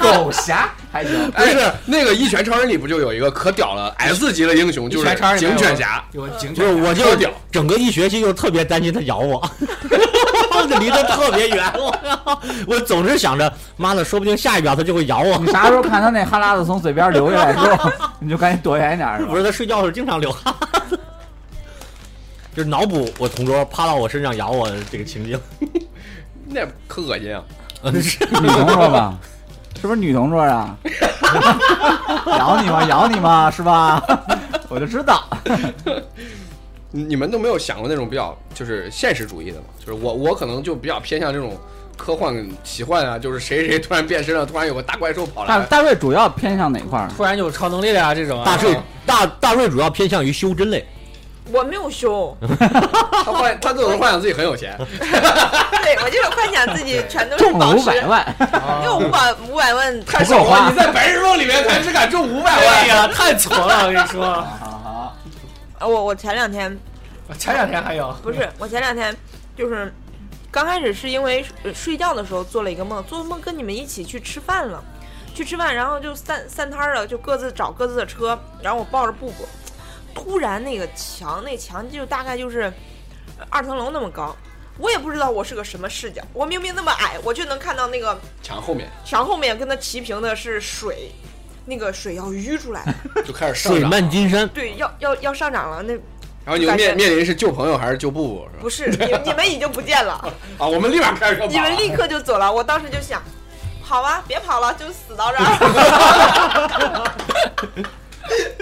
Speaker 2: 狗侠还行，
Speaker 1: 不是那个《一拳超人》里不就有一个可屌了 S 级的英雄，就是
Speaker 3: (laughs) 一拳超人
Speaker 1: 警犬侠，
Speaker 3: 有警
Speaker 5: 就是
Speaker 3: 犬侠，
Speaker 5: 我就
Speaker 1: 特
Speaker 5: 是
Speaker 1: 屌
Speaker 5: 整个一学期就特别担心它咬我， (laughs) 就离得特别远，我我总是想着，妈的，说不定下一秒它就会咬我
Speaker 2: 你。啥时候看他那哈喇子从嘴边流下来之后，你就赶紧躲远一点，是吧
Speaker 5: 不？是，它睡觉的时候经常流哈哈， (laughs) 就是脑补我同桌趴到我身上咬我这个 (laughs) 情景。
Speaker 1: 那可恶心啊！
Speaker 5: 嗯，是
Speaker 2: 女同桌吧？是不是女同桌啊？咬你吗？咬你吗？是吧？我就知道，
Speaker 1: 你你们都没有想过那种比较就是现实主义的吗？就是我我可能就比较偏向这种科幻奇幻啊，就是谁谁突然变身了，突然有个大怪兽跑
Speaker 2: 大
Speaker 1: 来，
Speaker 2: 大卫主要偏向哪块儿？
Speaker 3: 突然有超能力了啊，这种啊
Speaker 5: 大瑞大大瑞主要偏向于修真类，
Speaker 4: 我没有胸，
Speaker 1: 他幻他总是幻想自己很有钱，
Speaker 4: 对我就是幻想自己全都是
Speaker 2: 中了
Speaker 4: 宝
Speaker 2: 五
Speaker 4: 石，
Speaker 2: 百万，
Speaker 4: 因为我把五百万
Speaker 1: 太
Speaker 2: 不够
Speaker 1: 少
Speaker 2: 花
Speaker 1: 了！你在白日梦里面才只敢中五百
Speaker 3: 哎
Speaker 1: 万呀！
Speaker 3: 呀，太挫了，我跟你说， (laughs)
Speaker 4: 我我前两天
Speaker 3: 前两天还有
Speaker 4: 不是，我前两天就是刚开始是因为呃睡觉的时候做了一个梦，做梦跟你们一起去吃饭了，去吃饭，然后就散散摊儿了，就各自找各自的车，然后我抱着布布，突然那个墙，那墙就大概就是呃二层楼那么高。我也不知道我是个什么视角，我明明那么矮，我就能看到那个
Speaker 1: 墙后面
Speaker 4: 墙后面跟它齐平的是水，那个水要淤出来，
Speaker 1: 就开始上
Speaker 5: 水
Speaker 1: 涨，
Speaker 5: 漫金山。
Speaker 4: 对，要要要上涨了。那
Speaker 1: 然后你就面面临是救朋友还是救布布是吧？
Speaker 4: 不是你你们已经不见了，
Speaker 1: 啊，我们立马开始
Speaker 4: (laughs) 你们立刻就走了。我当时就想，好啊，别跑了，就死到这
Speaker 1: (laughs)
Speaker 4: 儿。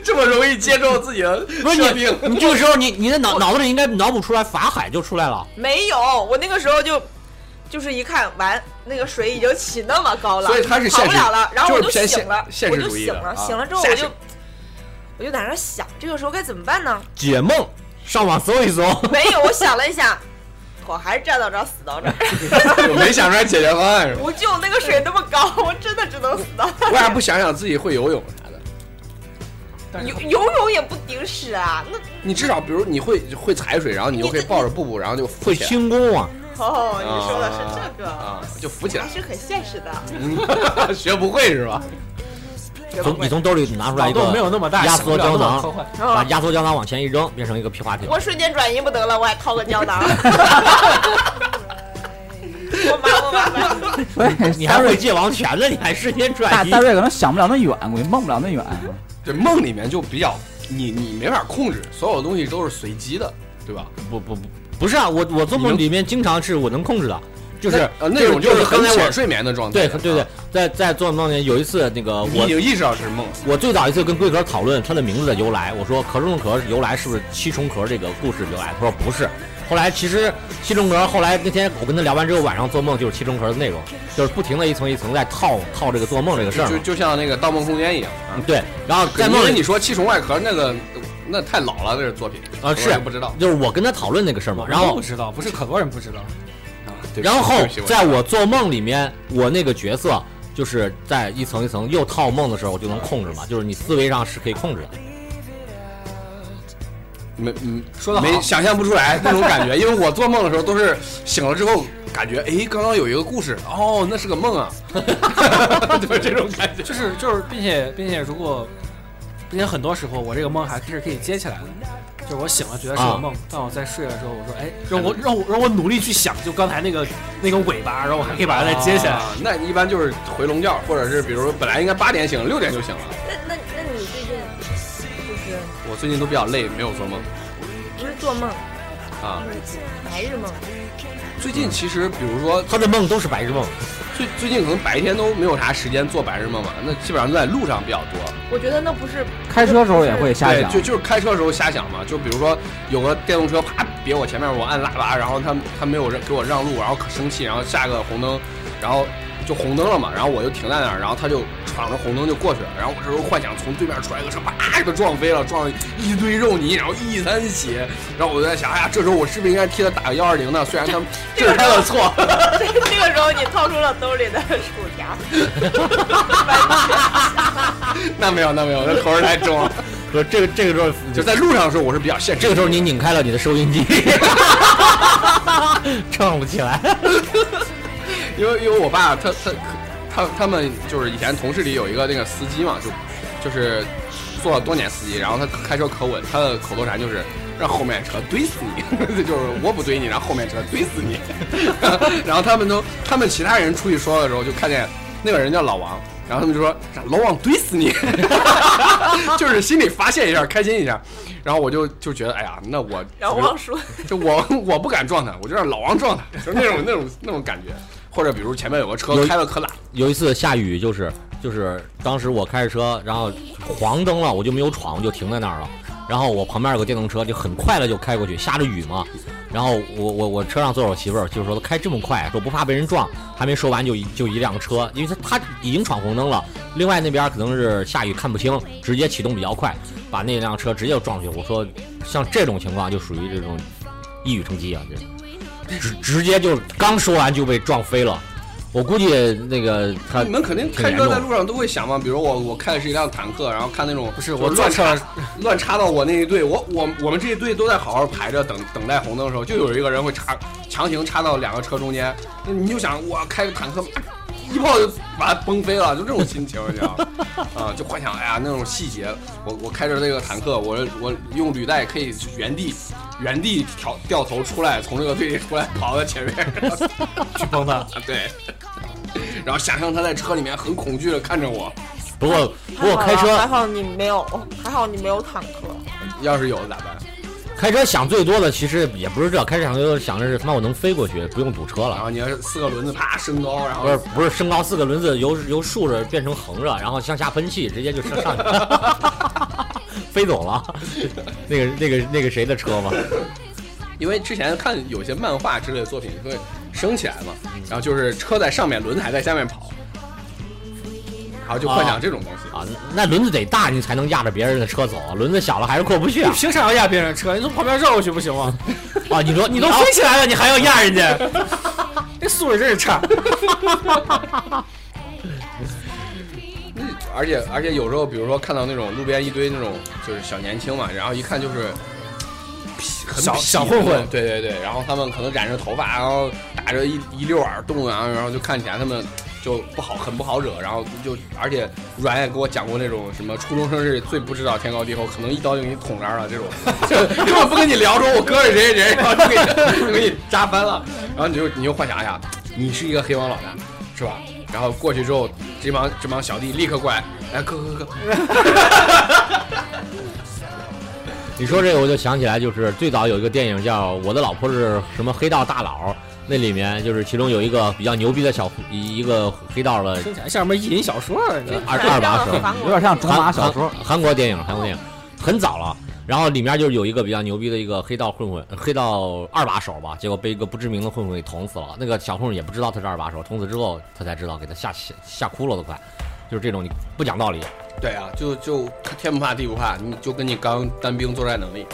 Speaker 1: 这么容易接受自己的
Speaker 5: 不是
Speaker 1: 设
Speaker 5: 你
Speaker 1: 定，，
Speaker 5: (laughs) 你这个时候你你的脑脑子里应该脑补出来法海就出来了。
Speaker 4: 没有，我那个时候就就是一看完那个水已经起那么高了，
Speaker 1: 所以它是
Speaker 4: 跑
Speaker 1: 现
Speaker 4: 不
Speaker 1: 实
Speaker 4: 了了。然后我
Speaker 1: 就是偏
Speaker 4: 醒了，
Speaker 1: 现
Speaker 4: 我
Speaker 1: 现实
Speaker 4: 就
Speaker 1: 主义
Speaker 4: 醒
Speaker 1: 的
Speaker 4: 了，
Speaker 1: 啊
Speaker 4: 醒了之后
Speaker 1: 吓
Speaker 4: 我就
Speaker 1: 醒
Speaker 4: 我就在那儿想，这个时候该怎么办呢？
Speaker 5: 解梦，上网搜一 (laughs) 搜。
Speaker 4: 没有，我想了一下， (laughs) 我还是站到这儿死
Speaker 1: (laughs)
Speaker 4: 到这儿。
Speaker 1: 我没想出来解决方案是吧？
Speaker 4: 不就那个水那么高， (laughs) 我真的只能死到这儿。
Speaker 1: 为啥不想想自己会游泳啥的？
Speaker 4: 游游泳也不顶屎啊，那
Speaker 1: 你至少比如你会会踩水，然后你又可以抱着布布，然后就
Speaker 5: 会
Speaker 1: 会
Speaker 5: 轻功啊，
Speaker 6: 哦，你说的是这个，
Speaker 1: 啊，就扶起来
Speaker 6: 还，是很现实的。
Speaker 5: 嗯 (laughs)
Speaker 1: 学不会是吧？
Speaker 6: 学不
Speaker 5: 从
Speaker 6: 会
Speaker 5: 你从兜里拿出来
Speaker 3: 脑
Speaker 5: 一个
Speaker 3: 洞没有那么大，
Speaker 5: 压缩胶囊
Speaker 1: (laughs)
Speaker 3: 想不了那么科幻，
Speaker 5: 把压缩胶囊往前一扔，变成一个皮划艇。
Speaker 6: 我瞬间转移不得了，我还掏个
Speaker 4: (laughs)
Speaker 6: 胶囊。我麻我麻烦。
Speaker 2: 所以
Speaker 5: 你还会界王权呢，你还瞬间
Speaker 2: 大
Speaker 5: 转移
Speaker 2: 大？瑞可能想不了那远，估计梦不了那远。
Speaker 1: 对，梦里面就比较你你没法控制，所有东西都是随机的，对吧？
Speaker 5: 不不不，不是啊，我我做梦里面经常是我能控制的，就是
Speaker 1: 那呃那种
Speaker 5: 就是刚
Speaker 1: 很
Speaker 5: 才
Speaker 1: 浅
Speaker 5: 我
Speaker 1: 睡眠的状态
Speaker 5: 对
Speaker 1: 了。
Speaker 5: 对对
Speaker 1: 啊，，
Speaker 5: 在在做梦里有一次那个
Speaker 1: 你已
Speaker 5: 我
Speaker 1: 经意识到是梦了。
Speaker 5: 我最早一次跟龟壳讨论它的名字的由来，我说壳中壳是由来是不是七重壳这个故事由来？他说不是。后来其实七重壳，后来那天我跟他聊完之后，晚上做梦就是七重壳的内容，就是不停的一层一层在套套这个做梦这个事儿
Speaker 1: 就
Speaker 5: 嘛。
Speaker 1: 就像那个《盗梦空间》一样，啊
Speaker 5: 对，然后嗯在
Speaker 1: 因
Speaker 5: 梦
Speaker 1: 为
Speaker 5: 里
Speaker 1: 你说七重外壳那个，那太老了，这个作品
Speaker 5: 啊是
Speaker 1: 我也不知道
Speaker 5: 就是我跟他讨论那个事儿嘛，然后
Speaker 3: 不知道，不是可多人不知道，
Speaker 1: 啊。对不起
Speaker 5: 然后
Speaker 1: 对不起
Speaker 5: 在我做梦里面，我那个角色就是在一层一层又套梦的时候，我就能控制嘛，就是你思维上是可以控制的。
Speaker 1: 没嗯
Speaker 3: 说得好
Speaker 1: 没想象不出来那种感觉，因为我做梦的时候都是醒了之后感觉，哎，刚刚有一个故事，哦，那是个梦啊， (laughs) 就是这种感觉。
Speaker 3: 就是就是，并且并且，如果并且很多时候，我这个梦还是可以接起来的。就是我醒了觉得是个梦，但我在睡的时候，我说，哎，啊让我让我让我努力去想，就刚才那个那个尾巴，然后我还可以把它再接起来。
Speaker 1: 啊那一般就是回笼觉，或者是比如说本来应该八点醒，六点就醒了。
Speaker 4: 那那那你最近就是
Speaker 1: 我最近都比较累，没有做梦
Speaker 4: 不是做梦，
Speaker 1: 啊。
Speaker 4: 白日梦，
Speaker 1: 最
Speaker 3: 嗯
Speaker 1: 近其实比如说
Speaker 5: 他的梦都是白日梦，
Speaker 1: 最最近可能白天都没有啥时间做白日梦嘛，那基本上都在路上比较多。
Speaker 4: 我觉得那不
Speaker 6: (laughs)
Speaker 4: 是
Speaker 2: 开车时候也会瞎
Speaker 1: 对，
Speaker 2: 想
Speaker 1: 就，就是开车的时候瞎想嘛，就比如说有个电动车啪别我前面，我按喇叭，然后他他没有让给我让路，然后可生气，然后下个红灯，然后就红灯了嘛，然后我就停在那儿，然后他就闯着红灯就过去了，然后我这时候幻想从对面出来一个车，啪给他撞飞了，撞一堆肉泥，然后一滩血，然后我就在想，哎呀，这时候我是不是应该替他打个幺二零呢？虽然他们这是他的错， (laughs)
Speaker 6: 这这个时候你掏出了兜里的薯条，
Speaker 1: 那没有那没有，那口味太重了。
Speaker 5: 不是这个这个时候
Speaker 1: 就在路上的时候，我是比较现实的。
Speaker 5: 这个时候你拧开了你的收音机，唱不起来。 (laughs)
Speaker 1: 因为因为我爸他他他他们就是以前同事里有一个那个司机嘛，就就是做了多年司机，然后他开车可稳，他的口头禅就是让后面车怼死你， (laughs) 就是我不怼你，让后面车怼死你。 (laughs) 然后他们都他们其他人出去说的时候，就看见那个人叫老王。然后他们就说让老王怼死你， (laughs) 就是心里发泄一下，开心一下。然后我就就觉得，哎呀，那我
Speaker 6: 然后忘说，
Speaker 1: 就我 (laughs) 我不敢撞他，我就让老王撞他，就是那
Speaker 5: (laughs)
Speaker 1: 种那种那种感觉。或者比如前面有个车
Speaker 5: 有
Speaker 1: 开了可懒，
Speaker 5: 有一次下雨，就是就是当时我开着车，然后黄灯了，我就没有闯，我就停在那儿了。然后我旁边有个电动车，就很快的就开过去，下着雨嘛。然后我我我车上坐着我媳妇儿，就是说开这么快，说不怕被人撞。还没说完就一 (laughs) 就一辆车，因为他他已经闯红灯了。另外那边可能是下雨看不清，直接启动比较快，把那辆车直接就撞上去。我说像这种情况就属于这种一语成机啊，这直直接就刚说完就被撞飞了。我估计那个他
Speaker 1: 你们肯定
Speaker 5: 啊挺
Speaker 1: 开
Speaker 5: 严
Speaker 1: 车在
Speaker 5: 重
Speaker 1: 路上都会想嘛，比如我我开的是一辆坦克，然后看那种
Speaker 3: 不是
Speaker 1: 就
Speaker 3: 我坐
Speaker 1: 乱
Speaker 3: 车
Speaker 1: 插乱插到我那一队，我我我们这一队都在好好排着等等待红灯的时候，就有一个人会插强行插到两个车中间，那你就想我开个坦克。一炮就把它崩飞了，就这种心情，你知道吗？啊，就幻想，哎呀，那种细节，我我开着这个坦克，我我用履带可以原地原地调掉头出来，从这个队里出来，跑到前面，然后
Speaker 3: (laughs) 去崩它，
Speaker 1: 啊，对。 (laughs) 然后想象他在车里面很恐惧的看着我，
Speaker 5: 不过不过开
Speaker 6: 还好啊还
Speaker 5: 车
Speaker 6: 好你没有，还好你没有坦克。
Speaker 1: 要是有咋办？
Speaker 5: 开车想最多的其实也不是这，开车想最多的想的是他妈我能飞过去，不用堵车
Speaker 1: 然
Speaker 5: 了。
Speaker 1: 后你要是四个轮子啪升高，然后
Speaker 5: 不是不是升高四个轮子由由竖着变成横着，然后向下喷气，直接就上上去了， (laughs) 飞走了。那个那个那个谁的车吗？
Speaker 1: 因为之前看有些漫画之类的作品会升起来嘛，然后就是车在上面，轮子还在下面跑，然后就幻想这种东西。
Speaker 5: 啊，那轮子得大你才能压着别人的车走，啊轮子小了还是过不去
Speaker 3: 你
Speaker 5: 啊。
Speaker 3: 凭啥要压别人车？你从旁边绕过去不行吗？
Speaker 5: 啊，你说
Speaker 3: 你
Speaker 5: 你
Speaker 3: 都
Speaker 5: 都
Speaker 3: 飞
Speaker 5: 飞
Speaker 3: 起来了，你还要压人家？ (laughs) 这素质真是差。
Speaker 1: 而且而且有时候，比如说看到那种路边一堆那种就是小年轻嘛，然后一看就是痞。很
Speaker 3: 小
Speaker 1: 痞
Speaker 3: 小混混
Speaker 1: 对对对，然后他们可能染着头发，然后打着一一溜耳动啊，然后就看起来他们就不好，很不好惹。然后就而且阮也给我讲过那种什么初中生是最不知道天高地厚，可能一刀就给你捅那儿了这
Speaker 3: (laughs)
Speaker 1: 种，就根本不跟你聊说我哥是谁谁谁，然后就给你就给你扎翻了。然后你就你就幻想一下，你是一个黑帮老大，是吧？然后过去之后，这帮这帮小弟立刻过来，哎，哥哥哥，
Speaker 5: 你说这个，我就想起来，就是最早有一个电影叫《我的老婆是什么黑道大佬》，那里面就是其中有一个比较牛逼的小一一个黑道的
Speaker 3: 听起来像什么意淫小说啊？这
Speaker 5: 二二把手，
Speaker 2: 有点像种马小说
Speaker 5: 韩，韩国电影，韩国电影很早了。然后里面就是有一个比较牛逼的一个黑道混混，黑道二把手吧，结果被一个不知名的混混给捅死了。那个小混混也不知道他是二把手，捅死之后他才知道，给他吓吓吓哭了都快。就是这种你不讲道理，
Speaker 1: 对啊，就就天不怕地不怕，你就跟你刚单兵作战能力。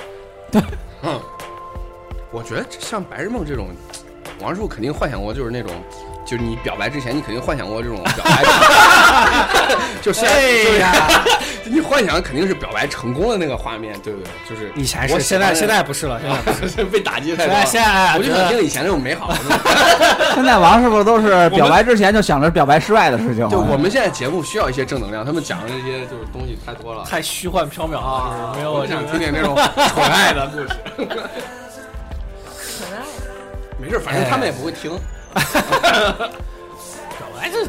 Speaker 1: 嗯，我觉得这像白日梦这种，王师傅肯定幻想过，就是那种，就是你表白之前，你肯定幻想过这种表白的， (laughs) 就是
Speaker 3: 哎
Speaker 1: 对呀，就是你幻想肯定是表白成功的那个画面，对不对？就是
Speaker 3: (laughs) 以前
Speaker 1: 我
Speaker 3: 是，
Speaker 1: 喜
Speaker 3: 现在
Speaker 1: 欢
Speaker 3: 现在不是了，现在不是
Speaker 1: (laughs) 被打击太
Speaker 3: 现
Speaker 1: 多
Speaker 3: 在现
Speaker 1: 了。我
Speaker 3: 在
Speaker 1: 就
Speaker 3: 觉得
Speaker 1: 想听以前那种美好的。
Speaker 2: 现在王师傅都是表白之前就想着表白失败的事
Speaker 3: 哦
Speaker 2: 情了。
Speaker 1: 就我们现在节目需要一些正能量，他们讲的这些就是东西太多了。
Speaker 3: 太虚幻缥缈了，就是没有
Speaker 1: 我
Speaker 3: 我
Speaker 1: 就
Speaker 3: 这
Speaker 1: 想
Speaker 3: 个
Speaker 1: 听听那种
Speaker 3: (laughs)
Speaker 1: 可爱的故事。
Speaker 4: 可爱。
Speaker 1: 没事，反正他们也不会听。
Speaker 3: 表白这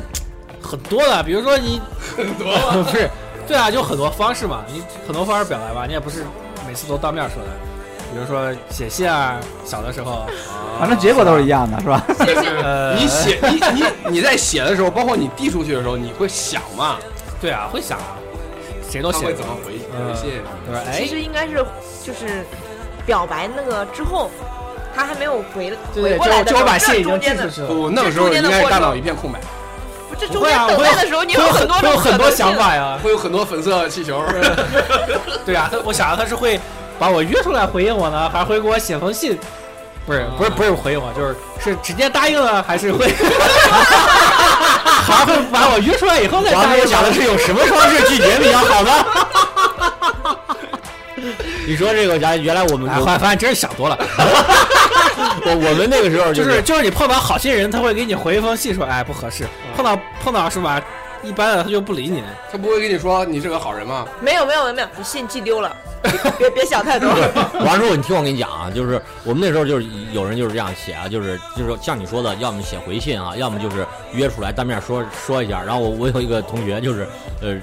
Speaker 3: 很多的，比如说你很多 (laughs) 不是，对啊，就很多方式嘛，你很多方式表白吧，你也不是每次都当面说的，比如说写信啊，小的时候，
Speaker 2: 反啊正结果都是一样的，是吧？
Speaker 3: 呃，
Speaker 1: 你写你你你在写的时候，包括你递出去的时候，你会想
Speaker 3: (laughs)
Speaker 1: 嘛？
Speaker 3: 对啊，会想啊，谁都
Speaker 1: 他
Speaker 3: 写
Speaker 1: 会
Speaker 3: 过
Speaker 1: 怎么回
Speaker 3: 嗯
Speaker 1: 回信？
Speaker 3: 对吧？
Speaker 4: 其
Speaker 3: 哎，
Speaker 4: 实应该是就是表白那个之后，他还没有回
Speaker 3: 对
Speaker 4: 回过
Speaker 3: 对，
Speaker 4: 来的
Speaker 3: 就
Speaker 4: 时
Speaker 3: 就
Speaker 4: 候，
Speaker 3: 我把信
Speaker 4: 这
Speaker 3: 已经
Speaker 4: 中
Speaker 3: 寄
Speaker 4: 间
Speaker 3: 出
Speaker 4: 的
Speaker 3: 去了，
Speaker 1: 不，那个时候应该是大脑一片空白，
Speaker 6: 不，这
Speaker 3: 不
Speaker 6: 中
Speaker 3: 会
Speaker 6: 间
Speaker 3: 啊，
Speaker 6: 等
Speaker 3: 我会
Speaker 6: 待的时候，你
Speaker 3: 有
Speaker 6: 很多
Speaker 3: 会
Speaker 6: 种
Speaker 3: 有很多
Speaker 6: 可能性
Speaker 3: 想。法呀，
Speaker 1: 会有很多粉色气球。
Speaker 3: (laughs) 对啊，他我想他是会把我约出来回应我呢，还是会给我写封信？不是不是不是回应我，就是是直接答应了，还是会，还会把我约出来以后再
Speaker 5: 王
Speaker 3: 答
Speaker 5: 师
Speaker 3: 应
Speaker 5: 傅想的
Speaker 3: 我？
Speaker 5: 是有什么方式拒绝比较啊好呢？你说这个，咱原来我们
Speaker 3: 哎，发发现真是想多了，
Speaker 5: 我我们那个时候
Speaker 3: 就
Speaker 5: (laughs) 就是
Speaker 3: 就是你碰到好心人，他会给你回一封信说，哎不合适；碰到碰到是吧，一般的他就不理你。
Speaker 1: 他不会跟你说你是个好人吗？
Speaker 4: 没有没有没有没有，你信寄丢了，别别想太多。
Speaker 5: 王师傅，你听我跟你讲啊，就是我们那时候就是有人就是这样写啊，就是就是像你说的，要么写回信啊，要么就是约出来当面说说一下。然后我我有一个同学就是，呃，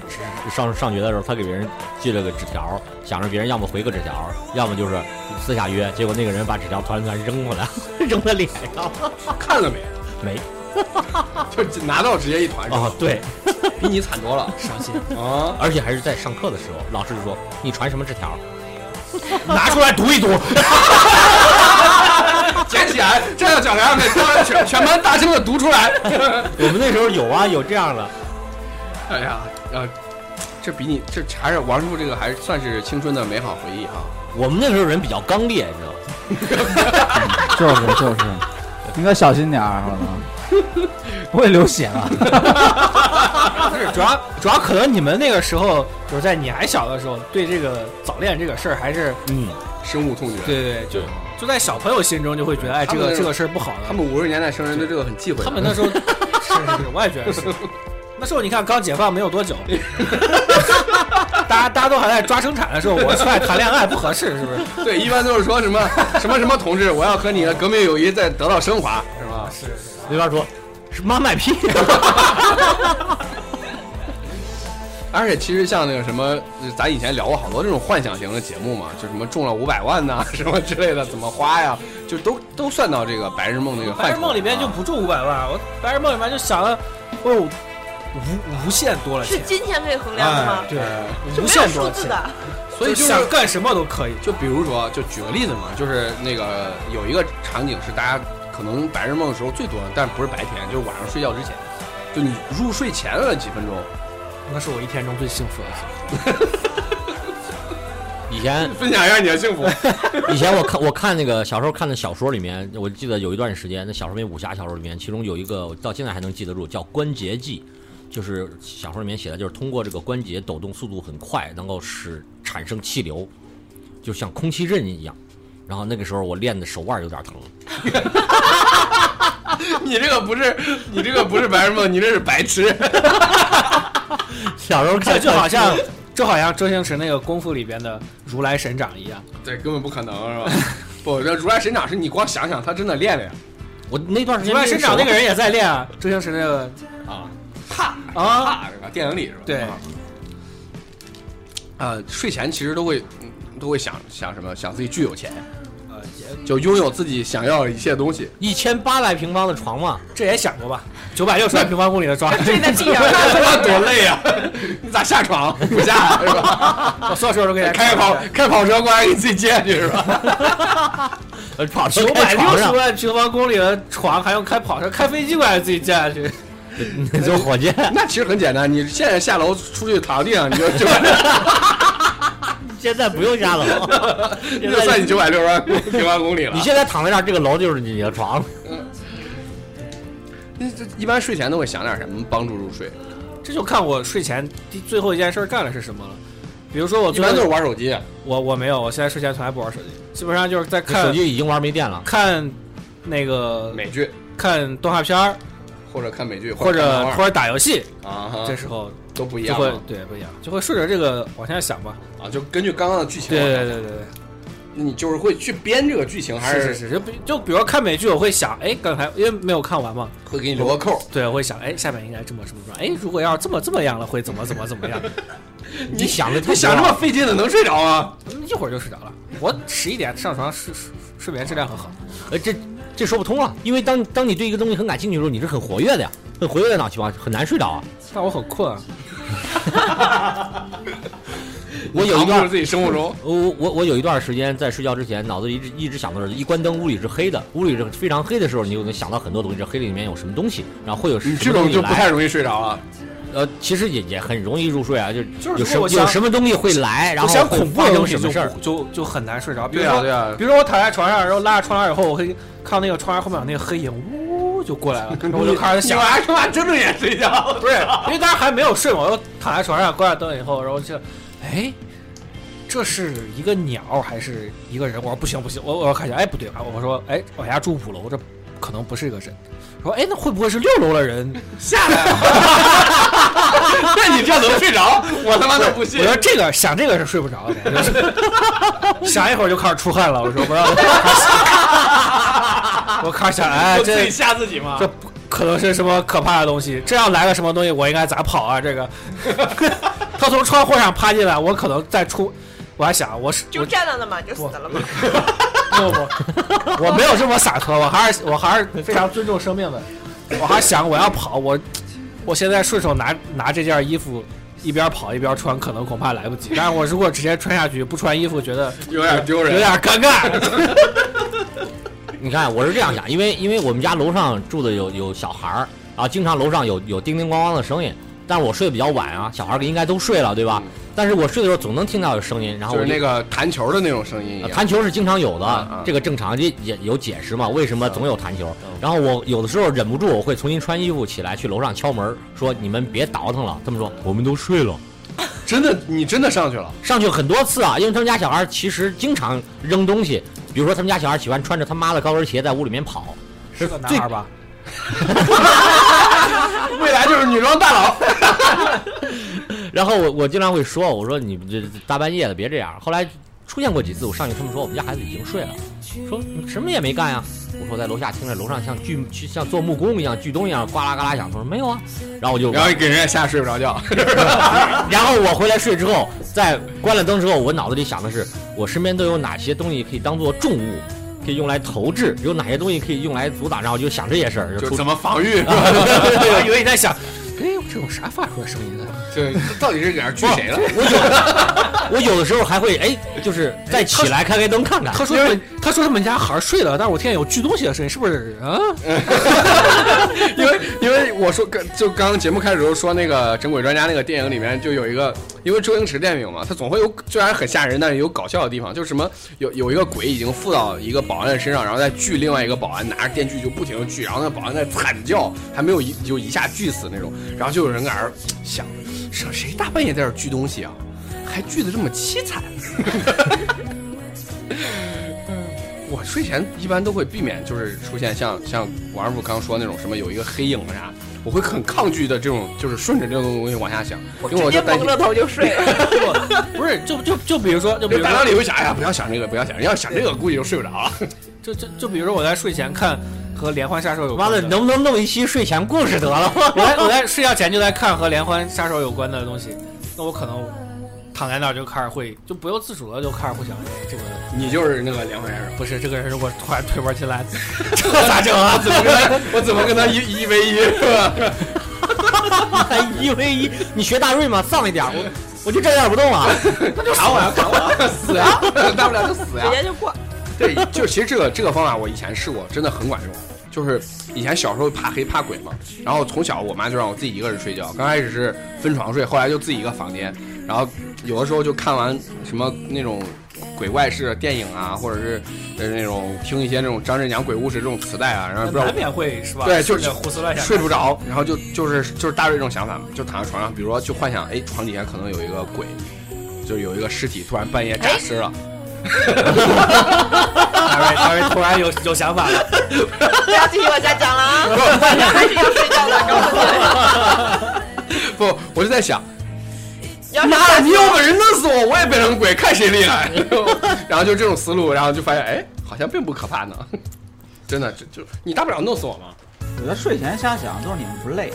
Speaker 5: 上上学的时候，他给别人寄了个纸条，想着别人要么回个纸条，要么就是私下约，结果那个人把纸条团团扔过来， (laughs) 扔他脸上。
Speaker 1: 看了没？
Speaker 5: 没
Speaker 1: (laughs) 就拿到直接一团
Speaker 5: 哦，对，
Speaker 1: 比你惨多了
Speaker 3: 伤心，
Speaker 1: 啊！
Speaker 5: 而且还是在上课的时候，老师就说你传什么纸条， (laughs) 拿出来读一读。
Speaker 1: 捡起来，站到讲台上面，突然全全班大声的读出来。
Speaker 5: 我们那时候有啊，有这样的。
Speaker 1: 哎呀，啊，这比你这还是王师傅这个还是算是青春的美好回忆啊。
Speaker 5: 我们那时候人比较刚烈，你知道吗？
Speaker 2: (laughs) 就是就是，你可小心点儿，好吗？不会流血了。
Speaker 3: 不是主要主要可能你们那个时候就是在你还小的时候，对这个早恋这个事儿还是
Speaker 5: 嗯。
Speaker 1: 深恶痛绝。
Speaker 3: 对对，就就在小朋友心中就会觉得，哎，
Speaker 1: 他
Speaker 3: 这
Speaker 1: 们
Speaker 3: 个这个事儿不好的。
Speaker 1: 他们五十年代生人对这个很忌讳的。(laughs)
Speaker 3: 他们那时候是是是，我也觉得是。那时候你看刚解放没有多久，大家大家都还在抓生产的时候，我出来谈恋爱不合适，是不是？
Speaker 1: 对，一般都是说什么 (laughs) 什么什么同志，我要和你的革命友谊再得到升华，是吧？
Speaker 3: 是是。
Speaker 5: 那边说，是妈卖批。
Speaker 1: 而且其实像那个什么，咱以前聊过好多这种幻想型的节目嘛，就什么中了五百万呐、 (laughs) 什么之类的，怎么花呀，就都都算到这个白日梦那个范畴
Speaker 3: 白日
Speaker 1: 啊
Speaker 3: 梦里边就不中五百万，我白日梦里面就想了，哦，无无限多了
Speaker 6: 是
Speaker 3: 钱，哎
Speaker 6: 金钱可以衡量的吗？
Speaker 3: 对，无
Speaker 6: 没有
Speaker 3: 限多
Speaker 6: 数
Speaker 3: 了
Speaker 6: 字
Speaker 3: 钱，
Speaker 6: 的，
Speaker 1: 所以就是
Speaker 3: 想干什么都可以。
Speaker 1: 就比如说，就举个例子嘛，就是那个有一个场景是大家可能白日梦的时候最多的，但不是白天，就是晚上睡觉之前，就你入睡前的几分钟，
Speaker 3: 那是我一天中最幸福的时
Speaker 5: 以前
Speaker 1: 分享一下你的幸福。
Speaker 5: 以前我看我看那个小时候看的小说里面，我记得有一段时间，那小说里面武侠小说里面，其中有一个我到现在还能记得住，叫关节技，就是小说里面写的，就是通过这个关节抖动速度很快，能够使产生气流，就像空气阵一样。然后那个时候我练的手腕有点疼，
Speaker 1: (laughs) 你这个不是，你这个不是白日梦，你这是白痴。
Speaker 5: 小时候
Speaker 3: 这
Speaker 5: 看
Speaker 3: 就好像就好像周星驰那个功夫里边的如来神掌一样，
Speaker 1: 对，根本不可能， (laughs) 是吧？不，这如来神掌是你光想想，他真的练练
Speaker 5: 我那段时
Speaker 3: 如
Speaker 5: 间
Speaker 3: 来神掌那个人也在练啊，周星驰那个
Speaker 1: 啊，啪
Speaker 3: 啊，
Speaker 1: 啪，是吧？电影里是吧？
Speaker 3: 对
Speaker 1: 啊。呃，睡前其实都会嗯都会想想什么，想自己巨有钱，
Speaker 3: 呃，也
Speaker 1: 就拥有自己想要的一切东西。
Speaker 5: 一千八百平方的床嘛，
Speaker 3: 这也想过吧？九百六十万平方公里的庄，
Speaker 6: 睡在地
Speaker 3: (laughs)
Speaker 6: 上，
Speaker 1: 他妈多累 (laughs) 啊！你咋下床不下是吧？
Speaker 3: 我所有时候都给大家
Speaker 1: 开个跑开跑车过来给你自己接下去是吧？
Speaker 5: 呃，跑
Speaker 3: 九百六十万平方公里的床，还用开跑车、开飞机过来自己建下去？
Speaker 5: (laughs) 万，坐火箭，
Speaker 1: (laughs) 那其实很简单，你现在下楼出去躺地上，你就 (laughs) 就
Speaker 5: 现在不用下楼， (laughs)
Speaker 1: 你就算你九百六十万 (laughs) 平方公里了。
Speaker 5: 你现在躺在这儿，这个楼就是你的床。
Speaker 1: 这这一般睡前都会想点什么帮助入睡？
Speaker 3: 这就看我睡前第最后一件事儿干了是什么了。比如说我
Speaker 1: 一
Speaker 3: 最
Speaker 1: 般
Speaker 3: 后
Speaker 1: 都哦是玩手机。
Speaker 3: 我我没有，我现在睡前从来不玩手机，基本上就是在
Speaker 5: 这手
Speaker 3: 看
Speaker 5: 机已经玩没电了，
Speaker 3: 看那个
Speaker 1: 美剧，
Speaker 3: 看动画片儿，
Speaker 1: 或者看美剧，
Speaker 3: 或
Speaker 1: 者
Speaker 3: 者或者打游戏，
Speaker 1: 者啊哈，
Speaker 3: 这时候
Speaker 1: 都不一
Speaker 3: 就
Speaker 1: 样啊
Speaker 3: 会
Speaker 1: 嘛
Speaker 3: 对不一样，就会顺着这个往下想吧。
Speaker 1: 啊，就根据刚刚的剧情
Speaker 3: 对
Speaker 1: 往
Speaker 3: 对
Speaker 1: 下，
Speaker 3: 对对对。
Speaker 1: 你就是会去编这个剧情，还
Speaker 3: 是是是，就比就比如看美剧，我会想，哎，刚才因为没有看完嘛，
Speaker 1: 会给你留个扣？
Speaker 3: 对，我会想，哎，下面应该这么这么这么，哎，如果要是这么这么样了，会怎么怎么怎么样？
Speaker 5: 你想的太
Speaker 1: 你想这么费劲的能睡着吗？
Speaker 3: 嗯一会儿就睡着了。我十一点上床睡睡睡眠质量很好，
Speaker 5: 呃，这这说不通啊了，因为当当你对一个东西很感兴趣的时候，你是很活跃的呀，很活跃的脑细胞，很难睡着啊。
Speaker 3: 但我很困啊。
Speaker 5: 我有
Speaker 1: 扛不
Speaker 5: 一
Speaker 1: 住
Speaker 5: 段，
Speaker 1: 自己生物钟，
Speaker 5: 我我我有一段时间在睡觉之前，脑子里一直一直想的是，一关灯屋里是黑的，屋里是非常黑的时候，你就能想到很多东西，这黑里面有什么东西，然后会有什
Speaker 1: (laughs) 你
Speaker 5: 么
Speaker 1: 这
Speaker 5: 东
Speaker 1: 种
Speaker 5: 西
Speaker 1: 就不
Speaker 5: 来
Speaker 1: 太容易睡着了。
Speaker 5: 呃，其实也也很容易入睡啊，就
Speaker 3: 就是
Speaker 5: 有
Speaker 3: 如果
Speaker 5: 什么
Speaker 3: 我
Speaker 5: 有
Speaker 3: 想
Speaker 5: 什么东西会来，然
Speaker 3: 我
Speaker 5: 后
Speaker 3: 想
Speaker 5: 会
Speaker 3: 恐怖
Speaker 5: 发
Speaker 3: 的
Speaker 5: 生
Speaker 3: 东西
Speaker 5: 什
Speaker 3: 就
Speaker 5: 么事儿。
Speaker 3: 就就很难睡着。比如
Speaker 1: 对啊
Speaker 3: 说，
Speaker 1: 对啊
Speaker 3: 比如说我躺在床上，然后拉着窗帘以后，我会看到那个窗帘后面有那个黑影，呜就过来了，然后我就开始
Speaker 1: 你
Speaker 3: 想，
Speaker 1: 晚上他妈睁着眼睡 (laughs) 觉，
Speaker 3: 不是， (laughs) 因为当时还没有睡嘛，我又躺在床上关上灯以后，然后就，哎，这是一个鸟还是一个人？我说不行不行，我我要看一下，哎不对啊，我说哎我家住五楼，这可能不是个人。说哎那会不会是六楼的人？
Speaker 1: 下来了。那你这能睡着？我他妈都不
Speaker 3: 我
Speaker 1: 信。
Speaker 3: 说这个想这个是睡不着的，
Speaker 1: (laughs)
Speaker 3: 就是想一会儿就开始出汗了。我说我要，我开始想哎
Speaker 1: 我自己
Speaker 3: 这
Speaker 1: 吓自己吗？
Speaker 3: 这不可能是什么可怕的东西？这要来个什么东西，我应该咋跑啊？这
Speaker 1: (laughs)
Speaker 3: 个，他从窗户上爬进来，我可能再出，我还想我是
Speaker 6: 就站在那嘛，就死了嘛。
Speaker 3: 我不， (laughs) 我没有这么洒脱，我还是我还是非常尊重生命的，我还想我要跑，我我现在顺手拿拿这件衣服。一边跑一边穿，可能恐怕来不及。但是我如果直接穿下去不穿衣服，觉得
Speaker 1: 有点丢人，
Speaker 3: 有点尴
Speaker 5: (laughs)
Speaker 3: 尬。
Speaker 5: 你看，我是这样想，因为因为我们家楼上住的有有小孩儿，啊，经常楼上有有叮叮咣咣的声音，但是我睡得比较晚啊，小孩儿应该都睡了，对吧？但是我睡的时候总能听到有声音，然后
Speaker 1: 就
Speaker 5: 我
Speaker 1: 是
Speaker 5: 就
Speaker 1: 那个弹球的那种声音一
Speaker 5: 呃
Speaker 1: 样。
Speaker 5: 弹球是经常有的，
Speaker 1: 啊啊
Speaker 5: 这个正常，这也有解释嘛？为什么总有弹球？然后我有的时候忍不住，我会重新穿衣服起来去楼上敲门，说你们别倒腾了。他们说我们都睡了。
Speaker 1: 真的，你真的上去了？
Speaker 5: 上去很多次啊，因为他们家小孩其实经常扔东西，比如说他们家小孩喜欢穿着他妈的高跟鞋在屋里面跑，
Speaker 3: 是个男孩 (laughs) 吧？
Speaker 1: 未来就是女装大
Speaker 5: (laughs)
Speaker 1: 佬。
Speaker 5: 然后我我经常会说，我说你们这大半夜的别这样。后来出现过几次，我上去他们说我们家孩子已经睡了，说你什么也没干呀。我说在楼下听着楼上像锯像做木工一样锯东一样呱啦呱啦响，他说没有啊。然后我就
Speaker 1: 然后给人家吓睡不着 (laughs) 觉。
Speaker 5: 然后我回来睡之后，在关了灯之后，我脑子里想的是，我身边都有哪些东西可以当做重物，可以用来投掷，有哪些东西可以用来阻挡，然后就想这些事儿，
Speaker 1: 就
Speaker 5: 出
Speaker 1: 怎么防 (laughs) 御是吧？
Speaker 3: 我以为你在想，哎，这有啥发出的声音呢？
Speaker 1: 这到底是搁那锯谁了？
Speaker 5: 我有的时候还会哎，就是再起来开开灯看看。
Speaker 3: 他说他们他说他们家孩儿睡了，但是我听见有锯东西的声音，是不是啊？
Speaker 1: (laughs) 因为因为我说跟就刚刚节目开始的时候说那个《整鬼专家》那个电影里面就有一个，因为周星驰电影嘛，他总会有虽然很吓人，但是有搞笑的地方，就是什么有有一个鬼已经附到一个保安的身上，然后再锯另外一个保安，拿着电锯就不停的锯，然后那保安在惨叫，还没有一就一下锯死那种，然后就有人在那儿想，谁谁大半夜在这儿锯东西啊， (laughs) 还锯的这么凄惨。嗯我睡前一般都会避免，就是出现像像王二富刚说那种什么有一个黑影啥，我会很抗拒的这种，就是顺着这种东西往下想，因为我
Speaker 6: 直接
Speaker 1: 就担
Speaker 6: 蒙
Speaker 1: 心
Speaker 6: 着。头就睡了。
Speaker 3: 不不是，就就就比如说，就比
Speaker 1: (laughs) 这
Speaker 3: 如
Speaker 1: 大脑
Speaker 3: 说，
Speaker 1: 里会想，哎呀，不要想这个，不要想，要想这个估计就睡不着了。
Speaker 3: 就就就比如说，我在睡前看和连环杀手有
Speaker 5: 妈
Speaker 3: 关
Speaker 5: 的，
Speaker 3: 的，
Speaker 5: 能不能弄一期睡前故事得了？ (laughs)
Speaker 3: 我在我在睡觉前就在看和连环杀手有关的东西，那我可能躺在那儿就开始会就不由自主的就开始会想，哎，这个
Speaker 1: 你就是那个梁山人，
Speaker 3: 不是这个人，如果突然推门进来，
Speaker 1: 这 (laughs) 咋整啊？怎么跟他，我怎么跟他一一 v 一是吧？
Speaker 5: 还一 v 一，你学大瑞吗？丧一点，我我就站那儿不动了。
Speaker 1: (laughs) 打我呀，打我呀，啊死 (laughs) 呀！大不了就死啊呀
Speaker 4: 直。接就过。
Speaker 1: (laughs) 对，就其实这个这个方法我以前试过，真的很管用。就是以前小时候怕黑怕鬼嘛，然后从小我妈就让我自己一个人睡觉，刚开始是分床睡，后来就自己一个房间，然后有的时候就看完什么那种鬼怪式的电影啊，或者是呃那种听一些那种张震阳鬼故事这种磁带啊，然后不知道
Speaker 3: 难免会是吧？
Speaker 1: 对就是
Speaker 3: 顺着胡思乱想。
Speaker 1: 睡不着，然后就就是就是大瑞这种想法嘛，就躺在床上，比如说就幻想，哎，床底下可能有一个鬼，就有一个尸体突然半夜诈尸了， (laughs)
Speaker 3: 大瑞，大瑞突然有有想法了，
Speaker 6: 不要继续往下讲了啊！晚上开始要睡觉了，告诉你们，
Speaker 1: 不，我就在想，
Speaker 6: 要是
Speaker 1: 妈的，你要本事弄死我，我也变成鬼，看谁厉害。 (laughs) 然后就这种思路，然后就发现，哎，好像并不可怕呢。 (laughs) 真的，就就你大不了弄死我嘛。
Speaker 2: 我觉得睡前瞎想就是你们不累。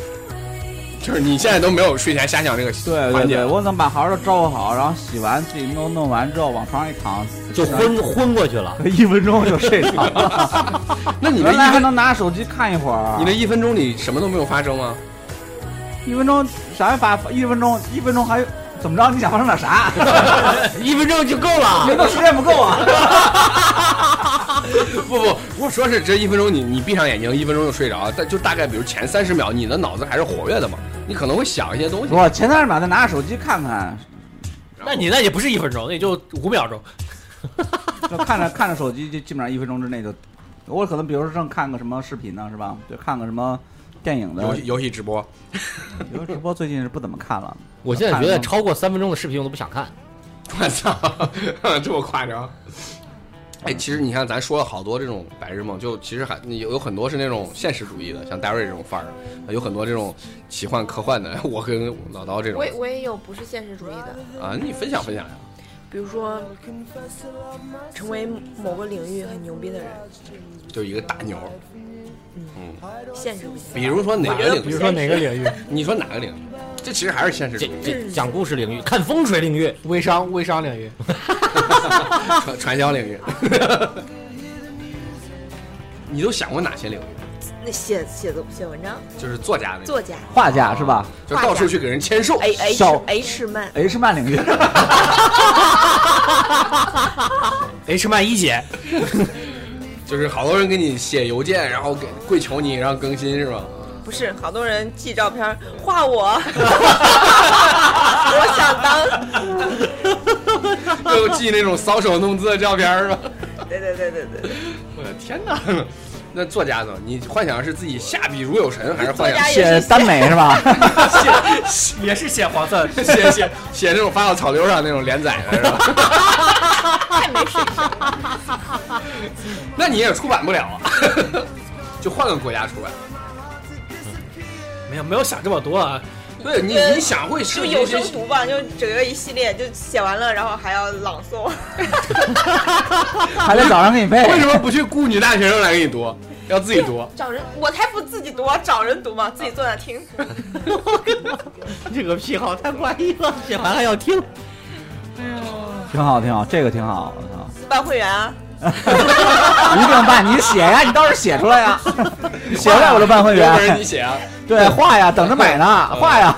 Speaker 1: 就是你现在都没有睡前瞎想这个
Speaker 2: 对对
Speaker 1: 环节
Speaker 2: 对，，我能把孩儿都照顾好，然后洗完自己弄弄完之后往床上一躺，
Speaker 5: (laughs) 就昏昏过去了。
Speaker 2: 一分钟就睡着了。
Speaker 1: 那 (laughs) 你那
Speaker 2: 原
Speaker 1: 一
Speaker 2: 来还
Speaker 1: 分，
Speaker 2: 能拿手机看一会儿，
Speaker 1: 你那一分钟里什么都没有发生吗？ (laughs)
Speaker 2: 一分钟啥也发，一分钟一分钟还怎么着？你想发生
Speaker 1: (laughs)
Speaker 2: 点啥？
Speaker 5: 一分钟就够
Speaker 2: 你
Speaker 5: (laughs) 了。
Speaker 2: 们时间不够啊！
Speaker 1: 不不，我说是这一分钟你你闭上眼睛一分钟就睡着，但就大概比如前三十秒你的脑子还是活跃的嘛，你可能会想一些东西。
Speaker 2: 我前三十秒再拿着手机看看，
Speaker 3: 那你那也不是一分钟，那也就五秒钟。
Speaker 2: 就看着看着手机，就基本上一分钟之内就，我可能比如说正看个什么视频呢，是吧？就看个什么电影的
Speaker 1: 游戏。游戏直播，
Speaker 2: 游戏直播最近是不怎么看了，
Speaker 5: 我现在觉得超过三分钟的视频我都不想看。
Speaker 1: (laughs) 我操，这么夸张？哎，其实你看，咱说了好多这种白日梦，就其实还有有很多是那种现实主义的，像大瑞这种范儿，有很多这种奇幻科幻的。我跟老刀这种
Speaker 6: 我也我也有不是现实主义的，
Speaker 1: 啊，你分享分享呀。
Speaker 6: 比如说成为某个领域很牛逼的人，
Speaker 1: 就一个大牛，
Speaker 6: 现实不行。
Speaker 1: 比如说哪个领
Speaker 6: 比
Speaker 1: 域
Speaker 6: 如？说哪个
Speaker 5: 领域？
Speaker 1: 你说哪个领域？这其实还是现实主
Speaker 5: 讲
Speaker 1: 义，
Speaker 5: 讲讲故事领域，看风水领域，
Speaker 3: 微商微商领域，
Speaker 6: 啊
Speaker 1: 传传销领域。 (laughs) 你都想过哪些领域？
Speaker 6: 那写写作写文章，
Speaker 1: 就是作家那种，
Speaker 6: 作家哎
Speaker 2: 画家是吧
Speaker 1: 就到处去给人签售。
Speaker 6: ，A
Speaker 2: 小
Speaker 6: H H 漫，
Speaker 2: ？H 漫领域，
Speaker 3: ？H 曼一姐，
Speaker 1: 就是好多人给你写邮件，然后给跪求你让更新是吧？
Speaker 6: 不是好多人寄照片儿画我， (laughs) 我想
Speaker 1: (laughs)
Speaker 6: 当，
Speaker 1: 又寄那种搔首弄姿的照片儿是吧？
Speaker 6: (laughs) 对对对对对，
Speaker 1: 我的天哪！ (laughs) 那作家呢？你幻想是自己下笔如有神，还是
Speaker 6: 作
Speaker 1: 幻想
Speaker 6: 家也
Speaker 2: 写
Speaker 6: 是
Speaker 2: 耽美是吧？
Speaker 3: 也是写黄色，
Speaker 1: 写写写那种发到草溜上那种连载的是吧？
Speaker 6: (laughs) 太没水平了。
Speaker 1: (laughs) 那你也出版不了啊，就换个国家出版。
Speaker 3: 没有没有想这么多啊。
Speaker 1: 对你，你想会
Speaker 6: 呃就
Speaker 1: 设计
Speaker 6: 有
Speaker 1: 一些
Speaker 6: 声读吧，就整个一系列，就写完了，然后还要朗诵。
Speaker 2: 还得早上给你背。
Speaker 1: 为什么不去雇女大学生来给你读？要自己读？
Speaker 6: 找人，我才不自己读，啊找人读嘛，自己坐那听。
Speaker 5: 这个癖好太怪异了，写完还要听。
Speaker 2: 挺好，挺好，这个挺好，我操！
Speaker 6: 办会员啊，
Speaker 2: 一定办，你写呀，你倒是写出来呀，你写出来我就办会
Speaker 1: 要不然
Speaker 2: 员
Speaker 1: 你。写啊，嗯
Speaker 2: 对，画呀，等着买
Speaker 1: (laughs)
Speaker 2: 呢，画呀，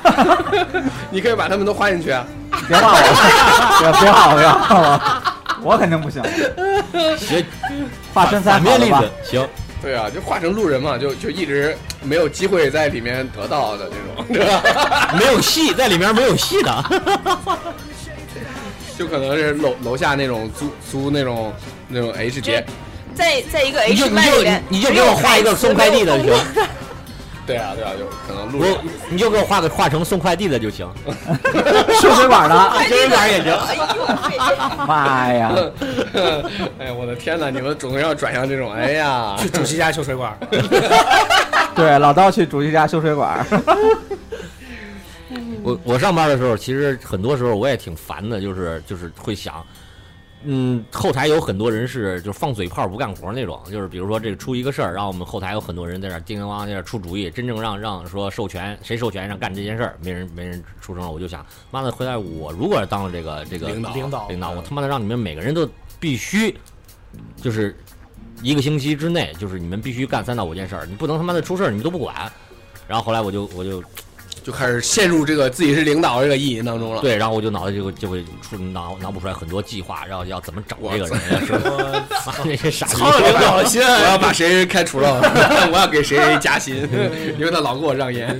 Speaker 1: 你可以把他们都画进去啊。
Speaker 2: 别画我， (laughs) 别别画我，别画我，我肯定不行。
Speaker 5: 写
Speaker 2: 画真三
Speaker 5: 反
Speaker 2: 好
Speaker 5: 面
Speaker 2: 了
Speaker 5: 例
Speaker 2: 吧
Speaker 5: 子？行，
Speaker 1: 对啊，就画成路人嘛，就就一直没有机会在里面得到的那种，对 (laughs) 吧？
Speaker 5: 没有戏，在里面没有 (laughs) 戏的。
Speaker 1: 就可能是楼楼下那种租租那种那种 H
Speaker 6: 就
Speaker 1: 街，
Speaker 6: 在在一个
Speaker 3: 哎
Speaker 5: 你就
Speaker 6: H
Speaker 5: 你
Speaker 6: 漫里
Speaker 5: 就
Speaker 6: 面，
Speaker 5: 你就给我画一个送快递的行。
Speaker 1: 对啊，对啊，有可能路上
Speaker 5: 我 (laughs) 你就给我画个画成送快递的就行，
Speaker 2: (laughs) 收水管
Speaker 4: 哎
Speaker 2: 的，
Speaker 5: 这玩意儿也行。
Speaker 6: 哎
Speaker 2: 妈呀！
Speaker 1: (laughs) 哎呀，我的天哪！你们总要转向这 (laughs) 种，哎呀，
Speaker 3: 去主席家修水管，
Speaker 2: 对，老刀去主席家修水管，
Speaker 5: 我我上班的时候，其实很多时候我也挺烦的，就是就是会想，嗯，后台有很多人是就是放嘴炮不干活那种，就是比如说这个出一个事儿，然后我们后台有很多人在那儿叮叮当当在那儿出主意，真正让让说授权谁授权让干这件事儿，没人没人出声了，我就想，妈的，回来我如果当了这个这个
Speaker 1: 领导嗯
Speaker 3: 领导
Speaker 5: 领导，我他妈的让你们每个人都必须就是一个星期之内，就是你们必须干三到五件事儿，你不能他妈的出事儿你们都不管。然后后来我就我就
Speaker 1: 就开始陷入这个自己是领导这个意淫当中了。
Speaker 5: 对，然后我就脑袋就会就会出脑脑补出来很多计划，然后要怎么找这个人啊，是吧？ (laughs) 妈那些傻逼，
Speaker 1: 操哦领导的心！我要把谁开除 (laughs) 了，我要给谁加 (laughs) 薪，因为他老给我让烟。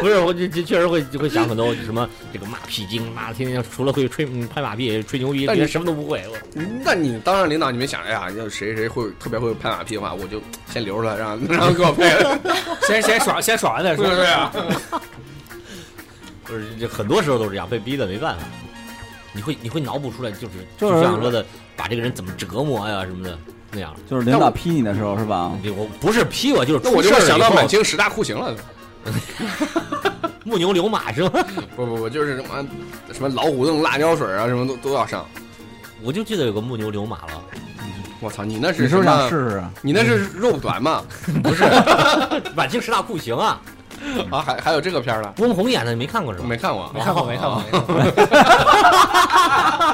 Speaker 5: 不是，我就就确实会就会想很多什么这个马屁精，妈的，天天除了会吹嗯拍马屁、吹牛逼，
Speaker 1: 但你
Speaker 5: 别什么都不会。我
Speaker 1: (laughs) 那你当上领导，你们想，哎呀，要谁谁会特别会拍马屁的话，我就先留出来，让 (laughs) 让他给我配。
Speaker 3: 先先耍先耍
Speaker 1: (laughs)
Speaker 3: 完再说
Speaker 1: 对。不对啊？
Speaker 5: 就是这很多时候都是这样，被逼的没办法。你会你会脑补出来，就是
Speaker 2: 就
Speaker 5: 就是像说的，把这个人怎么折磨呀、什么的那样。
Speaker 2: (laughs) 就是领导批你的时候是吧？
Speaker 5: 你我不是批我，就是
Speaker 1: 那我就
Speaker 5: 出
Speaker 1: 会
Speaker 5: 事儿
Speaker 1: 想到
Speaker 5: 以后
Speaker 1: 满清十大酷刑了。
Speaker 5: 木牛流马是吗？
Speaker 1: 不不不，就是什么什么老虎凳、辣椒水啊，什么都都要上。
Speaker 5: (laughs) 我就记得有个木牛流马了，
Speaker 1: 我操，你那
Speaker 2: 你
Speaker 1: 是
Speaker 2: 是不是
Speaker 1: 什么
Speaker 2: 想试试啊？
Speaker 1: 你那是肉短吗？
Speaker 5: 不是满清十大酷刑啊！
Speaker 1: 啊，还还有这个片儿了，
Speaker 5: 翁虹演的，你没看过是吧？
Speaker 1: 没看过，
Speaker 3: 没
Speaker 2: 哦
Speaker 3: 看过，没看过，没看过。
Speaker 1: (laughs)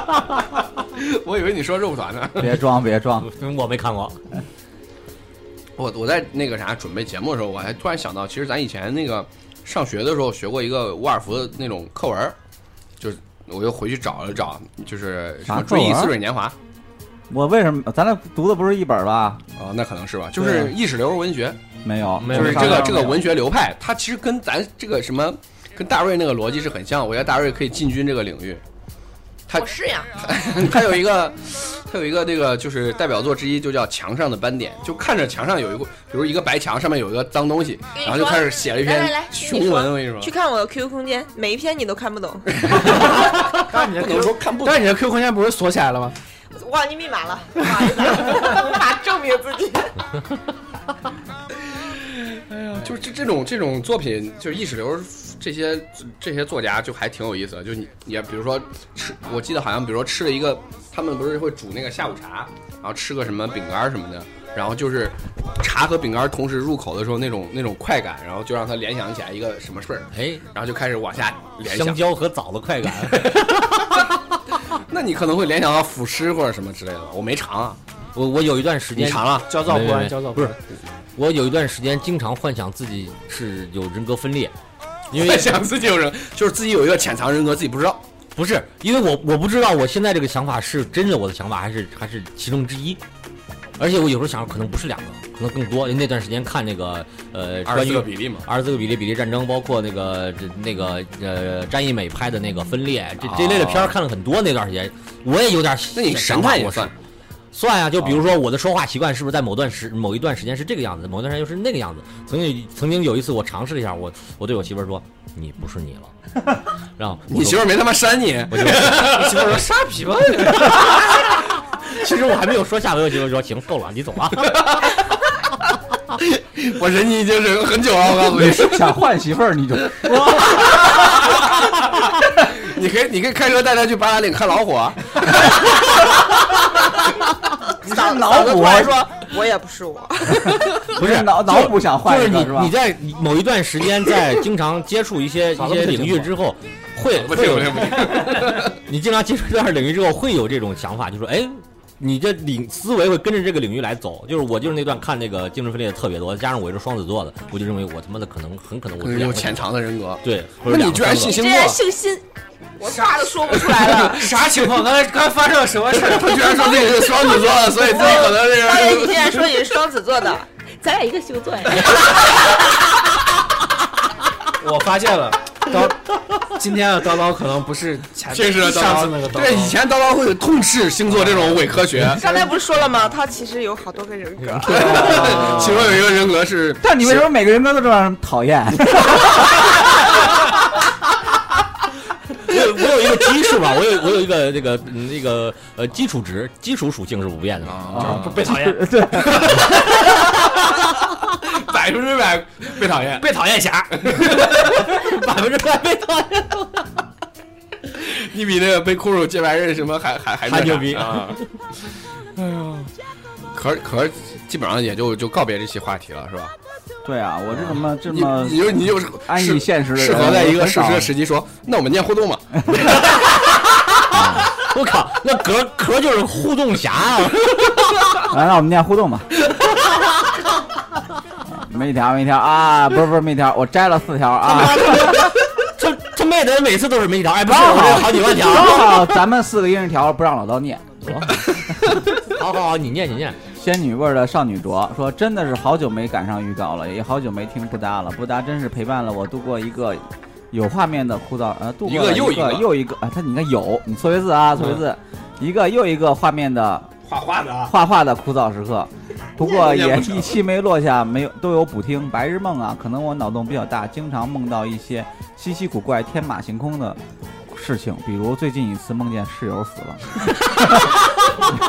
Speaker 1: 我以为你说肉团呢。
Speaker 2: (laughs) 别装别装，
Speaker 5: 嗯我没看过。
Speaker 1: 我我在那个啥准备节目的时候，我还突然想到，其实咱以前那个上学的时候学过一个沃尔夫的那种课文儿，就是我又回去找了找，就是什么
Speaker 2: 啥
Speaker 1: 《
Speaker 2: 课
Speaker 1: 追
Speaker 2: 文儿
Speaker 1: 忆似水年华》
Speaker 2: 我为什么咱俩读的不是一本吧？
Speaker 1: 哦，那可能是吧，就
Speaker 2: 对啊
Speaker 1: 是意识流文学，
Speaker 2: 没有，
Speaker 5: 没有
Speaker 1: 就是
Speaker 2: 上
Speaker 1: 这个
Speaker 2: 面
Speaker 1: 这个文学流派，它其实跟咱这个什么跟大瑞那个逻辑是很像，我觉得大瑞可以进军这个领域。 (laughs) 他
Speaker 6: 我是呀，
Speaker 1: 他有一个，他有一个这个就是代表作之一，就叫《墙上的斑点》，就看着墙上有一个，比如一个白墙，上面有一个脏东西，
Speaker 6: 跟你
Speaker 1: 然后就
Speaker 6: 说
Speaker 1: 开始写了一
Speaker 6: 来
Speaker 1: 篇
Speaker 6: 来来
Speaker 1: 雄文。我跟你说，
Speaker 4: 去看我的 QQ 空间，每一篇你都看不懂，
Speaker 5: (laughs)
Speaker 3: 但是你的
Speaker 1: 不能
Speaker 3: Q，
Speaker 1: 说看不
Speaker 3: 但是你的 Q 空间不是锁起来了吗？
Speaker 4: 我忘记密码
Speaker 5: (laughs)
Speaker 6: (laughs)
Speaker 4: 了，不好意思啊无法证明自己。
Speaker 1: 就是这这种这种作品，就是意识流这些这些作家就还挺有意思的。就你也比如说吃，我记得好像比如说吃了一个，他们不是会煮那个下午茶，然后吃个什么饼干什么的，然后就是茶和饼干同时入口的时候那种那种快感，然后就让他联想起来一个什么事儿，
Speaker 5: 哎，
Speaker 1: 然后就开始往下联
Speaker 5: 香
Speaker 1: 想。
Speaker 5: 蕉和枣的快感， (laughs)
Speaker 1: 那你可能会联想到腐尸或者什么之类的。我没尝啊，
Speaker 5: 我我有一段时
Speaker 1: 你
Speaker 5: 间，
Speaker 1: 尝啊了？
Speaker 3: 焦躁不
Speaker 5: 没没
Speaker 3: 安，
Speaker 5: 没
Speaker 3: 焦躁
Speaker 5: 不
Speaker 3: 不
Speaker 5: 是
Speaker 3: 安。
Speaker 5: 我有一段时间经常幻想自己是有人格分裂，因
Speaker 1: 在
Speaker 5: 为
Speaker 1: 想自己有人，就是自己有一个潜藏人格，自己不知道。
Speaker 5: 不是因为我我不知道我现在这个想法是真的我的想法还是还是其中之一，而且我有时候想可能不是两个，可能更多。因为那段时间看那个呃
Speaker 1: 二
Speaker 5: 关
Speaker 1: 十
Speaker 5: 于
Speaker 1: 四个比例嘛，
Speaker 5: 二十四个比例比例战争，包括那个这那个呃詹一美拍的那个分裂这这类的片儿看了很多。那段时间我也有点
Speaker 1: 那你
Speaker 5: 想
Speaker 1: 神
Speaker 5: 法
Speaker 1: 探也
Speaker 5: 我是
Speaker 1: 算。
Speaker 5: 算呀、就比如说我的说话习惯是不是在某段时某一段时间是这个样子，某一段时间又是那个样子。曾经曾经有一次我尝试了一下，我我对我媳妇儿说：“你不是你了。” (laughs) 然后我
Speaker 1: 你媳妇儿没他妈删你，
Speaker 3: 你媳妇说傻逼吧，
Speaker 5: 其实我还没有说下回，我媳妇儿说：“行，够了，你走啊吧。
Speaker 1: 我忍你已经忍了很久啊了。我告诉你，
Speaker 2: 想换媳妇儿你就
Speaker 1: (laughs) 你可以你可以开车带她去八达岭看老虎啊。
Speaker 2: 不是脑
Speaker 4: 我
Speaker 2: 补
Speaker 4: 突然说，我也不是我，
Speaker 5: 不是
Speaker 2: 脑脑补想”换
Speaker 5: 就是
Speaker 2: 一
Speaker 5: 你
Speaker 2: 个是吧
Speaker 5: 你？在某一段时间在经常接触一些
Speaker 3: 咋
Speaker 5: 一
Speaker 3: 了
Speaker 5: 些领域之后，会
Speaker 1: 不
Speaker 5: 会
Speaker 1: 听
Speaker 5: 有
Speaker 1: 不听不听，
Speaker 5: 你经常接触这样的领域之后，会有这种想法，就说哎。你这领思维会跟着这个领域来走，就是我就是那段看那个精神分裂的特别多，加上我又是双子座的，我就认为我他妈的可能很可能我是
Speaker 1: 嗯
Speaker 5: 两
Speaker 1: 有
Speaker 5: 个
Speaker 1: 潜藏的人格。 (laughs)
Speaker 5: 对，
Speaker 1: 那你居然信
Speaker 4: 你
Speaker 1: 星
Speaker 4: 这
Speaker 1: 座？
Speaker 4: 人姓辛，我话都说不出来了。
Speaker 3: 啥情况？刚才刚才发生了什么事儿？
Speaker 1: 他居然说自己是双子座的，所以自己可能
Speaker 4: 当
Speaker 5: 哎
Speaker 4: 然，你
Speaker 1: 是
Speaker 4: 竟然说你是双子座的，
Speaker 6: 咱俩一个星座呀。
Speaker 3: 我发现了，叨，今天的叨叨可能不是前
Speaker 1: 这是叨
Speaker 3: 上次那
Speaker 1: 叨
Speaker 3: 个，叨叨，
Speaker 1: 对，以前叨叨会痛斥星座这种伪科学。
Speaker 4: 刚才不是说了吗？他其实有好多个人格。
Speaker 1: (laughs) 其中有一个人格是，
Speaker 2: 但你为什么每个人格都这么讨厌？
Speaker 5: 我有我有一个基数吧，我有我有一个那个嗯那个呃基础值，基础属性是不变的嘛。
Speaker 1: 啊
Speaker 3: 被讨厌，
Speaker 2: (laughs) 对，
Speaker 1: (laughs) 百分之百被讨厌。
Speaker 3: 被讨厌侠，
Speaker 5: 百分之百被讨厌。
Speaker 1: (laughs) 你比那个被酷暑接白刃什么还还还
Speaker 5: 还牛逼 (laughs)
Speaker 1: 啊！哎呦，可是可是基本上也就就告别这期话题了，是吧？
Speaker 2: 对啊，我这怎么这
Speaker 1: 你
Speaker 2: 么
Speaker 1: 你就你就是
Speaker 2: 安
Speaker 1: 是
Speaker 2: 逸现实的人？
Speaker 1: 适合在一个
Speaker 2: 我很
Speaker 1: 适
Speaker 2: 少
Speaker 1: 时的时机说，那我们念互
Speaker 2: (laughs)
Speaker 1: 动吧。
Speaker 5: 我靠，那壳壳就是互动侠啊！
Speaker 2: 来，那我们念互
Speaker 1: (laughs)
Speaker 2: 动吧。没条没条啊，不是不是没条，我摘了四条啊，
Speaker 5: 他他妹的每次都是没一条，哎，不是，我这有好几万条。
Speaker 2: 正好咱们四个一人一条，不让老刀念。
Speaker 5: 好好好，你念你念。
Speaker 2: 仙女味儿的少女卓说：“真的是好久没赶上预告了，也好久没听不搭了。不搭真是陪伴了我度过一个有画面的枯燥，呃，度过了
Speaker 1: 一个又
Speaker 2: 一
Speaker 1: 一
Speaker 2: 个
Speaker 1: 个
Speaker 2: 又一个啊，他你看有，你错别字啊，错别字，一个又一个画面的
Speaker 3: 画画的啊，
Speaker 2: 画画的枯燥时刻。不过
Speaker 1: 念
Speaker 2: 也
Speaker 1: 不成
Speaker 2: 一期没落下，没有都有补听。白日梦啊，可能我脑洞比较大，经常梦到一些稀奇古怪、天马行空的事情，比如最近一次梦见室友死了。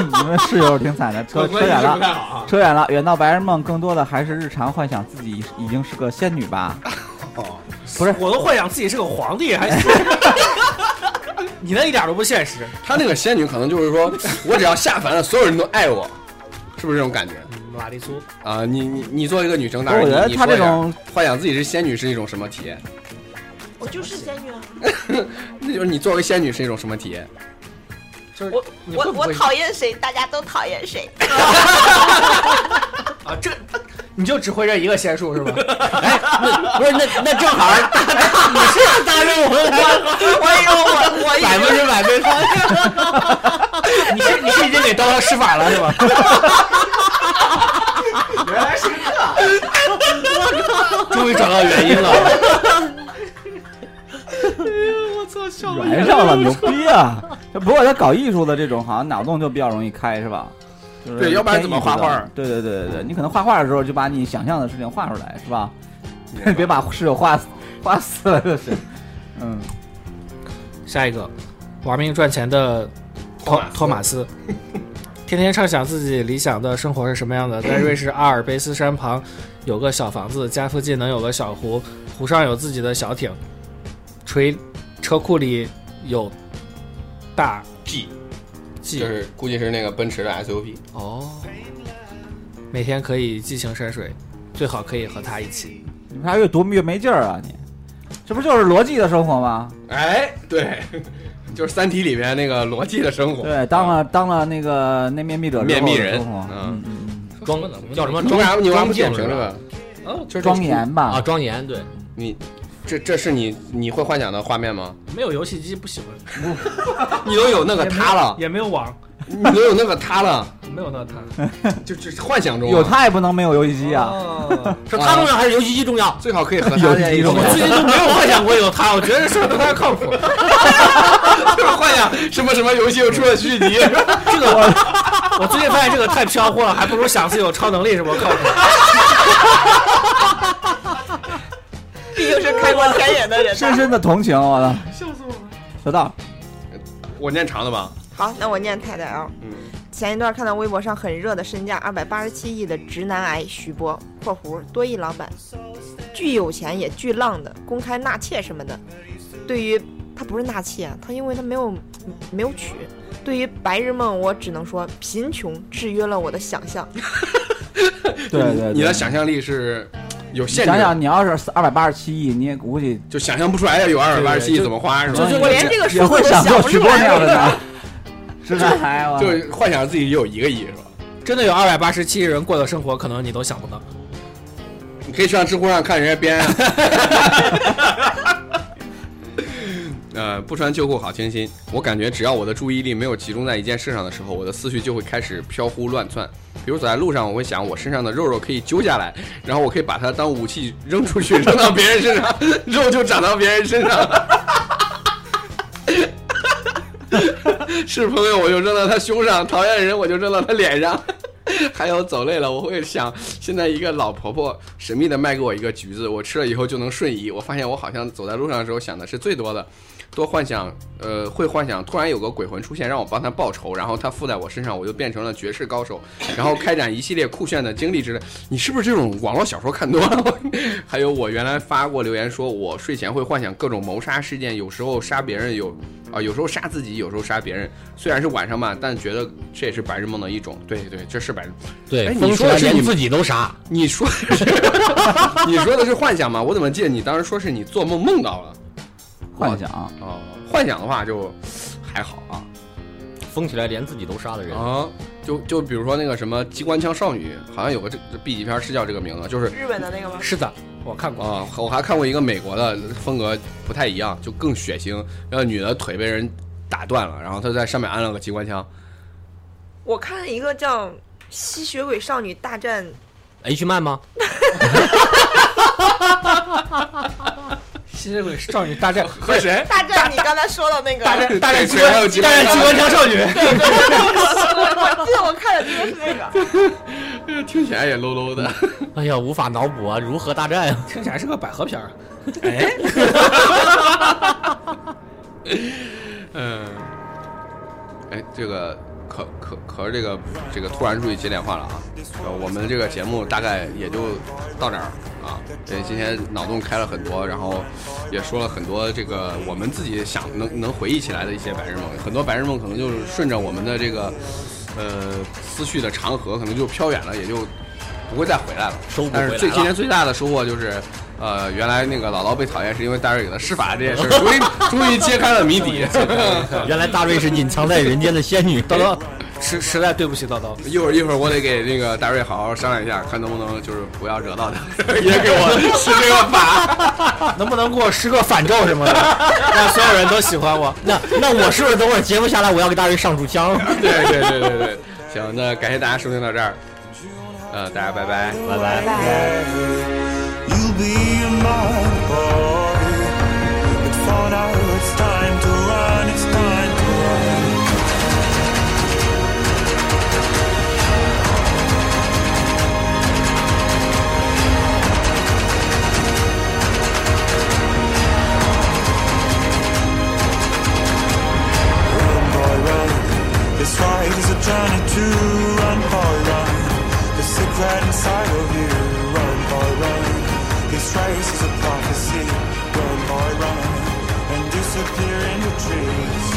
Speaker 2: 你们室友挺惨的，扯扯远了。
Speaker 3: 太好啊。
Speaker 2: 扯远了，远到白日梦，更多的还是日常幻想自己已经是个仙女吧。不是
Speaker 3: 我都幻想自己是个皇帝，还 (laughs) 你那一点都不现实。
Speaker 1: (laughs) 他那个仙女可能就是说，我只要下凡了，所有人都爱我，是不是这种感觉
Speaker 3: 嗯拉力苏，
Speaker 1: 啊？你你你作为一个女生，大
Speaker 2: 我
Speaker 1: 人，
Speaker 2: 觉得
Speaker 1: 你你
Speaker 2: 他
Speaker 1: 说一
Speaker 2: 这
Speaker 1: 下
Speaker 2: 种，
Speaker 1: 幻想自己是仙女是一种什么体验？
Speaker 6: 我就是仙女啊！
Speaker 1: 那就是你作为仙女是一种什么体验？
Speaker 3: 就是
Speaker 6: 我
Speaker 3: 你
Speaker 6: 我
Speaker 3: 会不
Speaker 6: 我
Speaker 3: 会
Speaker 6: 讨厌谁，大家都讨
Speaker 3: (laughs)
Speaker 6: 厌谁。
Speaker 3: 啊？这你就只会这一个仙术是吧？ (laughs)
Speaker 5: 哎，那不是那那正好，你是大任回来了，
Speaker 6: 我有我我
Speaker 5: 百分之百被讨厌。
Speaker 6: (laughs)
Speaker 3: 你是你是已经给叨叨施法了是
Speaker 1: (laughs)
Speaker 3: 吧？
Speaker 5: (laughs) 终于找到原因了。
Speaker 2: (laughs) 软上了，牛逼 (laughs) 啊！不过他搞艺术的这种，好像脑洞就比较容易开，是吧？就是
Speaker 1: 对要不然怎么画画
Speaker 2: 偏艺术的？对对对对对，你可能画画的时候就把你想象的事情画出来，是吧？ (laughs) 别把室友画死，画死了就行。嗯，
Speaker 3: 下一个，玩命赚钱的
Speaker 1: 托
Speaker 3: 托
Speaker 1: 马斯
Speaker 3: 托马
Speaker 1: (laughs)
Speaker 3: 斯，天天畅想自己理想的生活是什么样的。在瑞士阿尔卑斯山旁有个小房子，家附近能有个小湖，湖上有自己的小艇，锤车库里有大
Speaker 1: G
Speaker 3: 计
Speaker 1: 就是估计是那个奔驰的 SUV，
Speaker 3: 哦，每天可以激情深水，最好可以和他一起。
Speaker 2: 你们俩越读越没劲儿啊！你，这不就是逻辑的生活吗？
Speaker 1: 哎，对， (laughs) 就是《三体》里面那个逻辑的生活。
Speaker 2: 对，当了当了那个那面壁者之后的
Speaker 1: 面壁人
Speaker 2: 生活
Speaker 1: 嗯
Speaker 2: 嗯嗯嗯，
Speaker 5: 装叫什么？
Speaker 1: 你为啥
Speaker 5: 装
Speaker 1: 你为啥不
Speaker 5: 敬
Speaker 1: 点评这个？
Speaker 3: 哦，
Speaker 1: 就是
Speaker 2: 庄严吧
Speaker 5: 啊？，庄严对，
Speaker 1: 你这这是你你会幻想的画面吗？
Speaker 3: 没有游戏机不喜欢，
Speaker 1: 你都有那个他了，
Speaker 3: 也没有网，
Speaker 1: 你都有那个他了，
Speaker 3: 没有那他。
Speaker 1: 就就幻想中啊
Speaker 2: 有，他也不能没有游戏机啊。
Speaker 3: 哦
Speaker 5: 是他重要还是游戏机重要？
Speaker 1: 最好可以和他在一起。
Speaker 3: 我最近都没有幻想过有他，我觉得这事儿不太靠谱。
Speaker 1: 就是幻想什么什么游戏又出了续集，
Speaker 3: 这个我我最近发现这个太飘忽了，还不如想自己有超能力什么靠谱。
Speaker 4: 毕竟是开过天眼的人呐。
Speaker 2: 深深的同情，我操！ (laughs) 笑死我了。小道，
Speaker 1: 我念长的吧，
Speaker 4: 好，那我念太太啊。
Speaker 1: 嗯，
Speaker 4: 前一段看到微博上很热的身价二百八十七亿的直男癌徐波（括弧多亿老板），巨有钱也巨浪的，公开纳妾什么的。对于他不是纳妾啊，他因为他没有没有娶。对于白日梦，我只能说贫穷制约了我的想象。
Speaker 2: 对对对，
Speaker 1: 你的想象力是有限制
Speaker 2: 想
Speaker 1: 的，
Speaker 2: 想，你要是二百八十七亿，你也估计
Speaker 1: 就想象不出来要有二百八十
Speaker 3: 对
Speaker 1: 亿
Speaker 3: 对就
Speaker 1: 怎么花是
Speaker 2: 就
Speaker 1: 吧？
Speaker 2: 是
Speaker 4: (laughs) 嗯我连这个数
Speaker 2: 也
Speaker 4: 字都
Speaker 2: 会想做
Speaker 4: 不
Speaker 2: 许
Speaker 4: 出
Speaker 2: 波那
Speaker 4: (laughs)
Speaker 2: 样的
Speaker 4: 来。
Speaker 2: (laughs) 男，直男癌，我操
Speaker 1: 就是幻想自己有一个亿是吧？
Speaker 3: 真的有二百八十七人过的生活，可能你都想不到。
Speaker 1: 你可以去上知乎上看人家编啊。呃，不穿旧裤好清新。我感觉只要我的注意力没有集中在一件事上的时候，我的思绪就会开始飘忽乱窜。比如走在路上，我会想我身上的肉肉可以揪下来，然后我可以把它当武器扔出去，扔到别人身上，肉就长到别人身上。 (laughs) 是朋友我就扔到他胸上，讨厌的人我就扔到他脸上。还有走累了，我会想，现在一个老婆婆神秘的卖给我一个橘子，我吃了以后就能瞬移。我发现我好像走在路上的时候想的是最多的，多幻想，呃，会幻想突然有个鬼魂出现让我帮他报仇，然后他附在我身上，我就变成了绝世高手，然后开展一系列酷炫的经历之类。你是不是这种网络小说看多了？ (laughs) 还有我原来发过留言说，我睡前会幻想各种谋杀事件，有时候杀别人，有啊、有时候杀自己，有时候杀别人。虽然是晚上嘛，但觉得这也是白日梦的一种。对对，这是白日梦。哎
Speaker 5: 对，
Speaker 1: 你
Speaker 5: 疯起
Speaker 1: 说的
Speaker 5: 来
Speaker 1: 是
Speaker 5: 连
Speaker 1: 你
Speaker 5: 自己都杀，
Speaker 1: 你说的是 (laughs) 你说的是幻想吗？我怎么记得你当时说是你做梦梦到了？
Speaker 2: 幻想，啊
Speaker 1: 哦，幻想的话就还好啊
Speaker 5: 疯起来连自己都杀的人，
Speaker 1: 啊，就就比如说那个什么机关枪少女，好像有个这这 B 级片是叫这个名字，啊就是
Speaker 6: 日本的那个吗？
Speaker 3: 是的，我看过。
Speaker 1: 啊，我还看过一个美国的风格不太一样，就更血腥，然后女的腿被人打断了，然后她在上面安了个机关枪。
Speaker 4: 我看一个叫《吸血鬼少女大战》，
Speaker 5: H 曼吗？
Speaker 3: 吸血鬼少女大战
Speaker 1: (laughs) 和谁？
Speaker 6: 大战你刚才说的那
Speaker 4: (laughs)
Speaker 6: 个，
Speaker 1: 大战机关，还有机关枪。
Speaker 3: 枪少女，
Speaker 6: (laughs) 我记得我看的第一个是那个，
Speaker 1: 听起来也 low low 的。
Speaker 5: 哎呀，无法脑补啊， (laughs) 如何大战呀、
Speaker 3: 听起来是个百合片儿。哎，
Speaker 1: 嗯，哎，这个可可可是这个这个突然注意接电话了啊！呃，我们这个节目大概也就到这儿啊。对，今天脑洞开了很多，然后也说了很多这个我们自己想能能回忆起来的一些白日梦，很多白日梦可能就是顺着我们的这个呃思绪的长河，可能就飘远了，也就不会再回来了。
Speaker 5: 收不
Speaker 1: 但
Speaker 5: 回
Speaker 1: 是
Speaker 5: 来
Speaker 1: 最
Speaker 5: 了
Speaker 1: 今年最大的收获就是，呃，原来那个姥姥被讨厌是因为大瑞给她施法这件事儿，终于终于揭开了谜底。 (laughs)
Speaker 5: 原来大瑞是隐藏在人间的仙女，
Speaker 3: 叨叨，实实在对不起叨叨，
Speaker 1: 一会儿一会儿我得给那个大瑞好好商量一下，看能不能就是不要惹到他，也给我施这个法。
Speaker 3: 能不能给我施个反咒什么的，让所有人都喜欢我？
Speaker 5: (laughs) 那那我是不是等会儿节目下来，我要给大瑞上炷香？
Speaker 1: 对对对对对，行，那感谢大家收听到这儿，呃，大家拜拜。
Speaker 5: 拜拜。
Speaker 7: You'll be my boy. But for now, it's time to run. It's time to run. Run, boy, run. This ride is a journey to run, boy, run. The secret inside of you, run, boy, run. This race is a prophecy, run, boy, run. And disappear in the trees,